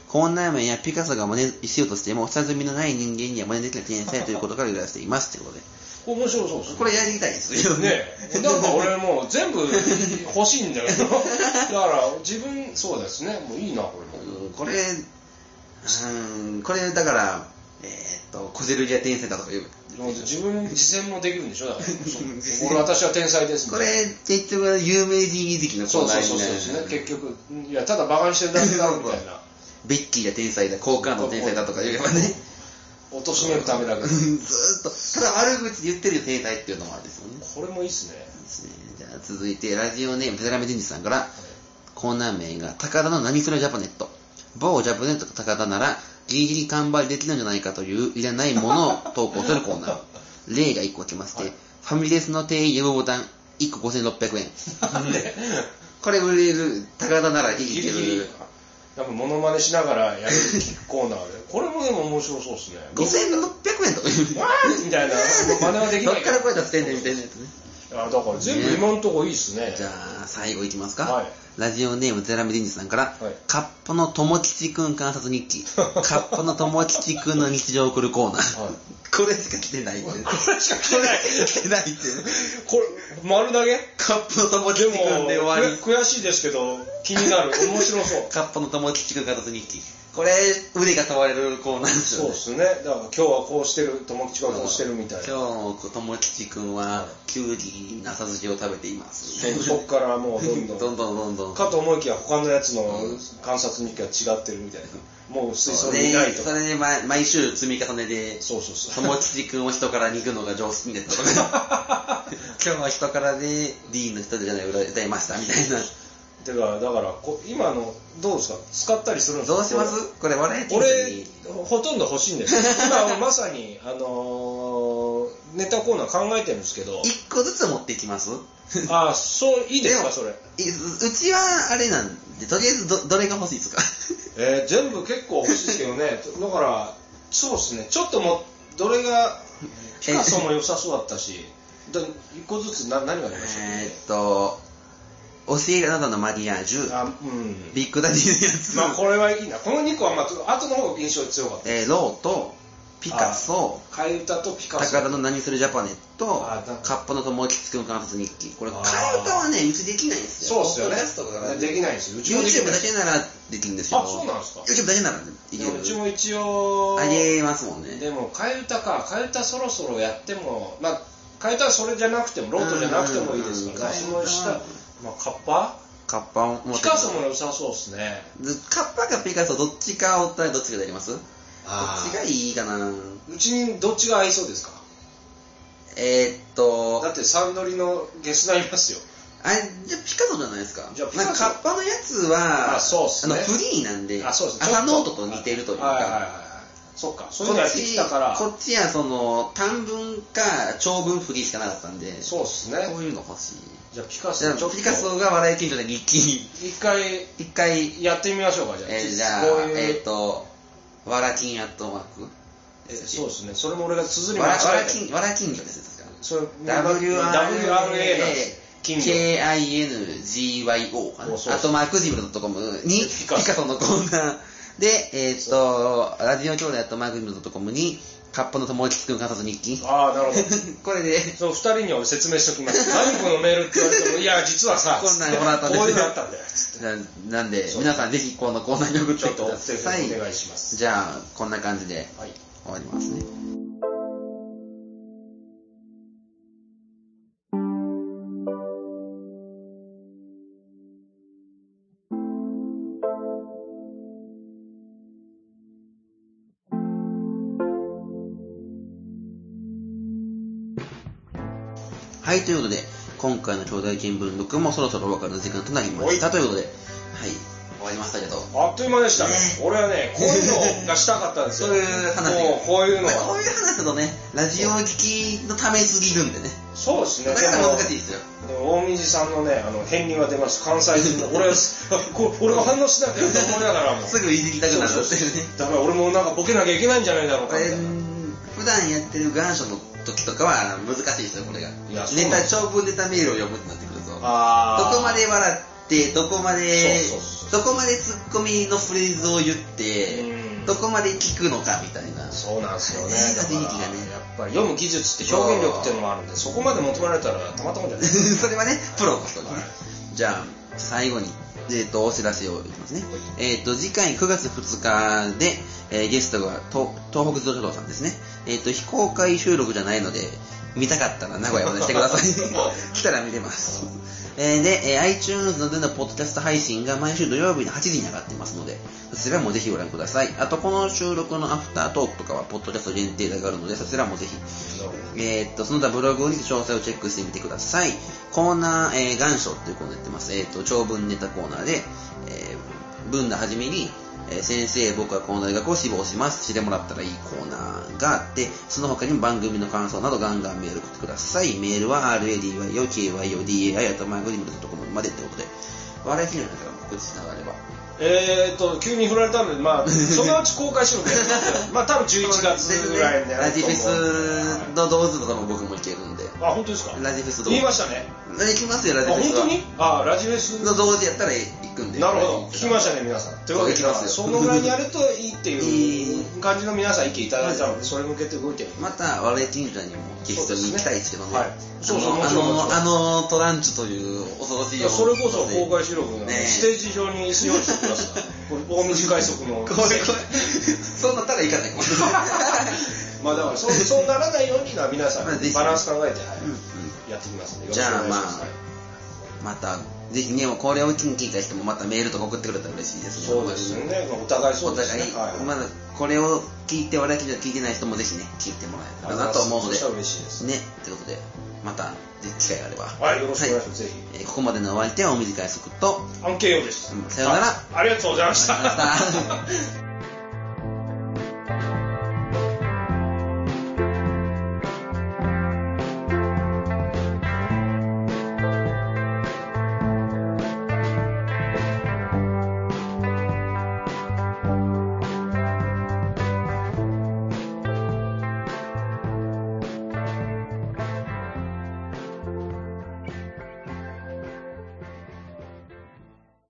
A: コーナー名やピカソが真似しようとしても、下積みのない人間には真似できない天才ということから由来しています。ということで。
B: 面白そうですね
A: これやりたいですよ
B: ねえ、なんか俺もう全部欲しいんだけど、だから自分、そうですね、もういいな、これも。
A: うんこれ、うーん、これだから、えーっと、コゼルリア天才だとか言う。
B: 自分自践もできるんでしょだから そう
A: 自践
B: 俺私は天才です
A: こ
B: みたいな
A: れ、結局、有名人遺跡の
B: そ
A: コ
B: う
A: ーナ
B: そ
A: ーに
B: うそう
A: な
B: そうですね
A: る。
B: 結局いやただバカにしてるだけだみたいな
A: ベッキーが天才だ、好感度天才だとか言えばね、
B: 貶としめるためだけ
A: うん
B: ど
A: ずーっと、ただ悪口言ってる天才っていうのもあるんですよね。
B: これもいいっすね
A: ですねじゃあ続いてラジオネームペテラメ人事さんからコーナー名が高田の何それジャパネット某ジャパネットと高田ならギリギリ完売できるんじゃないかといういらないものを 投稿するコーナー例が1個来まして、ファミレスの定員呼ぶボタン1個5600円これ売れる高田ならギリ ギ
B: ギ
A: リ
B: リギリやっぱモノマネしながらやるコーナーでこれもでも面白そうですね
A: 5600円とか言う
B: わーみた いな真似はできない
A: どっから声出してんねんみたいなやつね
B: いやだから全部今んとこいいっすね
A: じゃあ、最後いきますか。
B: はい
A: ラジオネーム、ゼラメディンジさんから、
B: い
A: カッパの友吉くん観察日 記。カッパの友吉くんの日常を送るコーナー。
B: はい
A: これしか来てないって。こ
B: これしか来てない
A: れしか来てないって。
B: これ丸投げ
A: カッパの友
B: で
A: 吉
B: も
A: くんで終わり。
B: く悔しいですけど気になる面白そう
A: カッパの友吉くん観察日記。これ、腕が触れるコーナーですよ
B: そう
A: ね
B: で。すねだから今日はこうしてる友吉がこうしてるみたいな
A: 今日、友吉くんは、キュウリの浅漬けを食べています。
B: そこからもうどんどん
A: どんどんどんどん。
B: かと思いきや他のやつの観察日記は違ってるみたいなもう水槽にいな
A: で
B: いと
A: そ
B: か
A: れで毎毎週積み重ねで、
B: そうそうそう
A: 友吉君を人から憎むのが上手みたいなとか 今日は人からで D の人じゃない歌いましたみた いな
B: てかだからこ今のどうですか使ったりするんですか
A: どうしますこれ笑えて
B: これ俺ほとんど欲しいんです今まさにあのーネタコーナー考えてるんですけど
A: 一個ずつ持っていきます
B: あそういいです
A: で
B: か
A: も
B: それ
A: いうちはあれなんでとりあえずどどれが欲しいですか
B: えー全部結構欲しいですけど ねだからそうですねちょっともうどれがピカソも良さそうだったしだ一個ずつな何がありましたっ
A: えーっと教えるあなたのマリアージ
B: け
A: ュ
B: あうん
A: ビッグダディのやつ、
B: まあこれはいいなこの2個はまあ後の方が印象強かった
A: えーローとピカソ
B: 替え歌とピカ
A: 高
B: ソ
A: 田の何するジャパネット
B: あなん、か
A: カッパの友吉くん観察日記。これ、
B: あ
A: 替
B: ー
A: え歌はね、うちできないんです
B: そ
A: よ。
B: うっすよね
A: ポッドキャストだから
B: できないんですようちもでき
A: YouTube
B: ない
A: だけならできるんですけど。
B: あそうなんですか
A: ?YouTube だけならでき
B: でもうち
A: る。
B: も一応
A: あげますもんね。
B: でも替え歌か替え歌そろそろやってもまあ替え歌はそれじゃなくてもロートじゃなくてもいいですから
A: うん
B: 私もしたまあカッパ
A: カッパを持
B: ピカソも良さそうですね
A: カッパかピカソ、どっちかおったらどっちかでやりますどっちがいいかな
B: うちにどっちが合いそうですか
A: えーっと、
B: だってサンドリのゲスなりますよ
A: あじゃあピカソじゃないですか。
B: じゃあピ
A: な
B: カ
A: ん
B: ソ
A: かカッパのやつは、
B: あそうっすね
A: あのフリーなんで、
B: あそうですね
A: 朝ノートと似てるというか、
B: はいはいはいはいそっかそういうの
A: こ
B: や
A: っ
B: って
A: ち
B: きたから
A: こっちはその短文か長文振りしかなかったんで
B: そうですね
A: こういうの欲しい
B: じゃあピカ
A: じゃ
B: ソ
A: あ
B: ちょっと
A: ピカソが笑い近所で日記
B: 一回
A: 一回、
B: やってみましょうかじゃあ
A: えーじゃあ
B: こう
A: え
B: い
A: っ、
B: う
A: と「わらきんやとマー
B: えそうですねそれも俺が綴
A: ク」
B: り
A: わ
B: 間
A: らわら
B: 違え
A: きんわら近所ですね
B: それ
A: 確か
B: WRA なんです金魚
A: WRAKINGYO かな
B: そうそう
A: あとマークジブル .com に
B: ピ
A: ピ
B: カ
A: カ
B: ソ
A: ソのコーナーで、えーっと、ラジオ兄弟とマークジブル .com に、カッパの友吉くん観察日記。
B: ああなるほど
A: これで、
B: その二人には俺説明しと きます何このメールって言われてもいや実はさ
A: こんなのもらったんですよ
B: こういうのあったんだよつって
A: ななんで
B: そう
A: 皆さんぜひこのコーナーに送っ
B: ち
A: て
B: ょっとお
A: ください
B: 手伝いお願いします
A: じゃあこんな感じで
B: はい
A: 終わりますねはい、ということで、今回の兄弟見聞録もそろそろお別れの時間となりました。
B: はい
A: ということで、はい、終わりましたけど。
B: あっという間でしたね
A: ね。
B: 俺 はね、こういうのがしたかったんですよ。
A: そういう話が
B: もうこういうの
A: ま
B: は
A: あこういう話だとね、ラジオ聞きのためすぎるんでね。
B: そうですね。
A: なかなか難しいですよ。
B: でも大水さんのね、あの、片鱗が出ます。関西人 の。俺は、こ俺は反応しなきゃと思いながらも。
A: すぐいじりたくなるっていうね。
B: だから俺もなんかボケなきゃいけないんじゃないだろう
A: こ
B: かみ
A: れ
B: たいな。
A: 普段やってる願書の時とかは難しいですよこれが
B: いやそう
A: ネタ長文ネタメールを読むってなってくるとど
B: あー
A: こまで笑ってどこまで
B: そうそう
A: どこまでツッコミのフレーズを言って
B: うん
A: どこまで聞くのかみたいな
B: そうなんですよね。
A: 映画
B: だ
A: 雰囲気
B: か
A: が
B: ら
A: ね
B: やっぱり読む技術って表現力っていうのもあるんで、そこまで求められたらたまったもんじゃない。
A: それはね、プロの人
B: はい
A: じゃあ、最後に、えっ、と、お知らせをいきますね
B: は。
A: えっ、と、次回9月2日で、えーゲストが東東北自動車道さんですね。えっ、と、非公開収録じゃないので、見たかったら名古屋まで来てください。来たら見れます。えーで、えー iTunes などでのポッドキャスト配信が毎週土曜日の8時に上がってますので、そちらもぜひご覧ください。あと、この収録のアフタートークとかは、ポッドキャスト限定で上がるので、そちらもぜひえーっと、その他ブログを見て詳細をチェックしてみてください。コーナー、えー、願書っていうコーナーやってます。えーっと、長文ネタコーナーで、えー文の初めに、えー先生、僕はこの大学を志望します。してもらったらいいコーナーがあって、その他にも番組の感想などガンガンメール送ってください。メールは radyokyodaii.com までってことで、笑い切れないから告知しながらば。
B: えーっと、急に振られたので、 まあ、そのうち公開しろってやりますけどまあ、多分11月ぐらいにや
A: ラ
B: る
A: ジ
B: と
A: フェ
B: 思う
A: スの同時とかも僕も行けるんで。
B: あ、本当ですか
A: ラジフェス同
B: 言い
A: 時
B: ま。したね。
A: できますよ、ラ
B: あ、
A: ジフェ
B: 本
A: スは。
B: 当にあ、ラジフェス。
A: の同時やったら行くんで。
B: なるほど。聞きましたね、皆さん。というわけで、
A: そう行きますよ
B: そのぐらいにやるといいってい
A: いいう
B: 感じの皆さん意見いただいたので、それに向けて動いてる。
A: また、我々神社にもゲストに行きたいですけどね。
B: はいそうそうも
A: あ
B: ちろんもち
A: の、
B: ろん
A: あの、あのトランチュという恐ろしい
B: いやそれこそ公開
A: し
B: 収録の
A: ね
B: ステージ上に用意してく ださい。大短快速の。
A: これ、これ、 そうなったら行かないかもしれない。
B: まあだからそう、そうならないようにな皆さん、
A: ま
B: バ
A: あぜひ
B: ランス考えて、はい
A: うんうん
B: やっていきますので、
A: じゃあ
B: よろしくお願いします
A: まあ
B: はい
A: また、ぜひね、もうこれを機に聞いた人もまたメールとか送ってくれたら嬉しいですね。
B: そうですよね。まあお互い
A: お
B: そうです
A: 互
B: ね。
A: い、
B: はい
A: まだこれを聞いて、我々じゃ聞いてない人もぜひね、聞いてもらえたらなと思うので。
B: そしたら嬉しいです。
A: ね、ということで、また、ぜひ機会があれば。
B: はい、よろしくお願いします。ぜ
A: えーここまでのお相手はお短い速と、
B: ひ。アンケーヨです
A: うん。さよなら
B: あ。ありがとうございまし
A: ありがとうございました
B: た。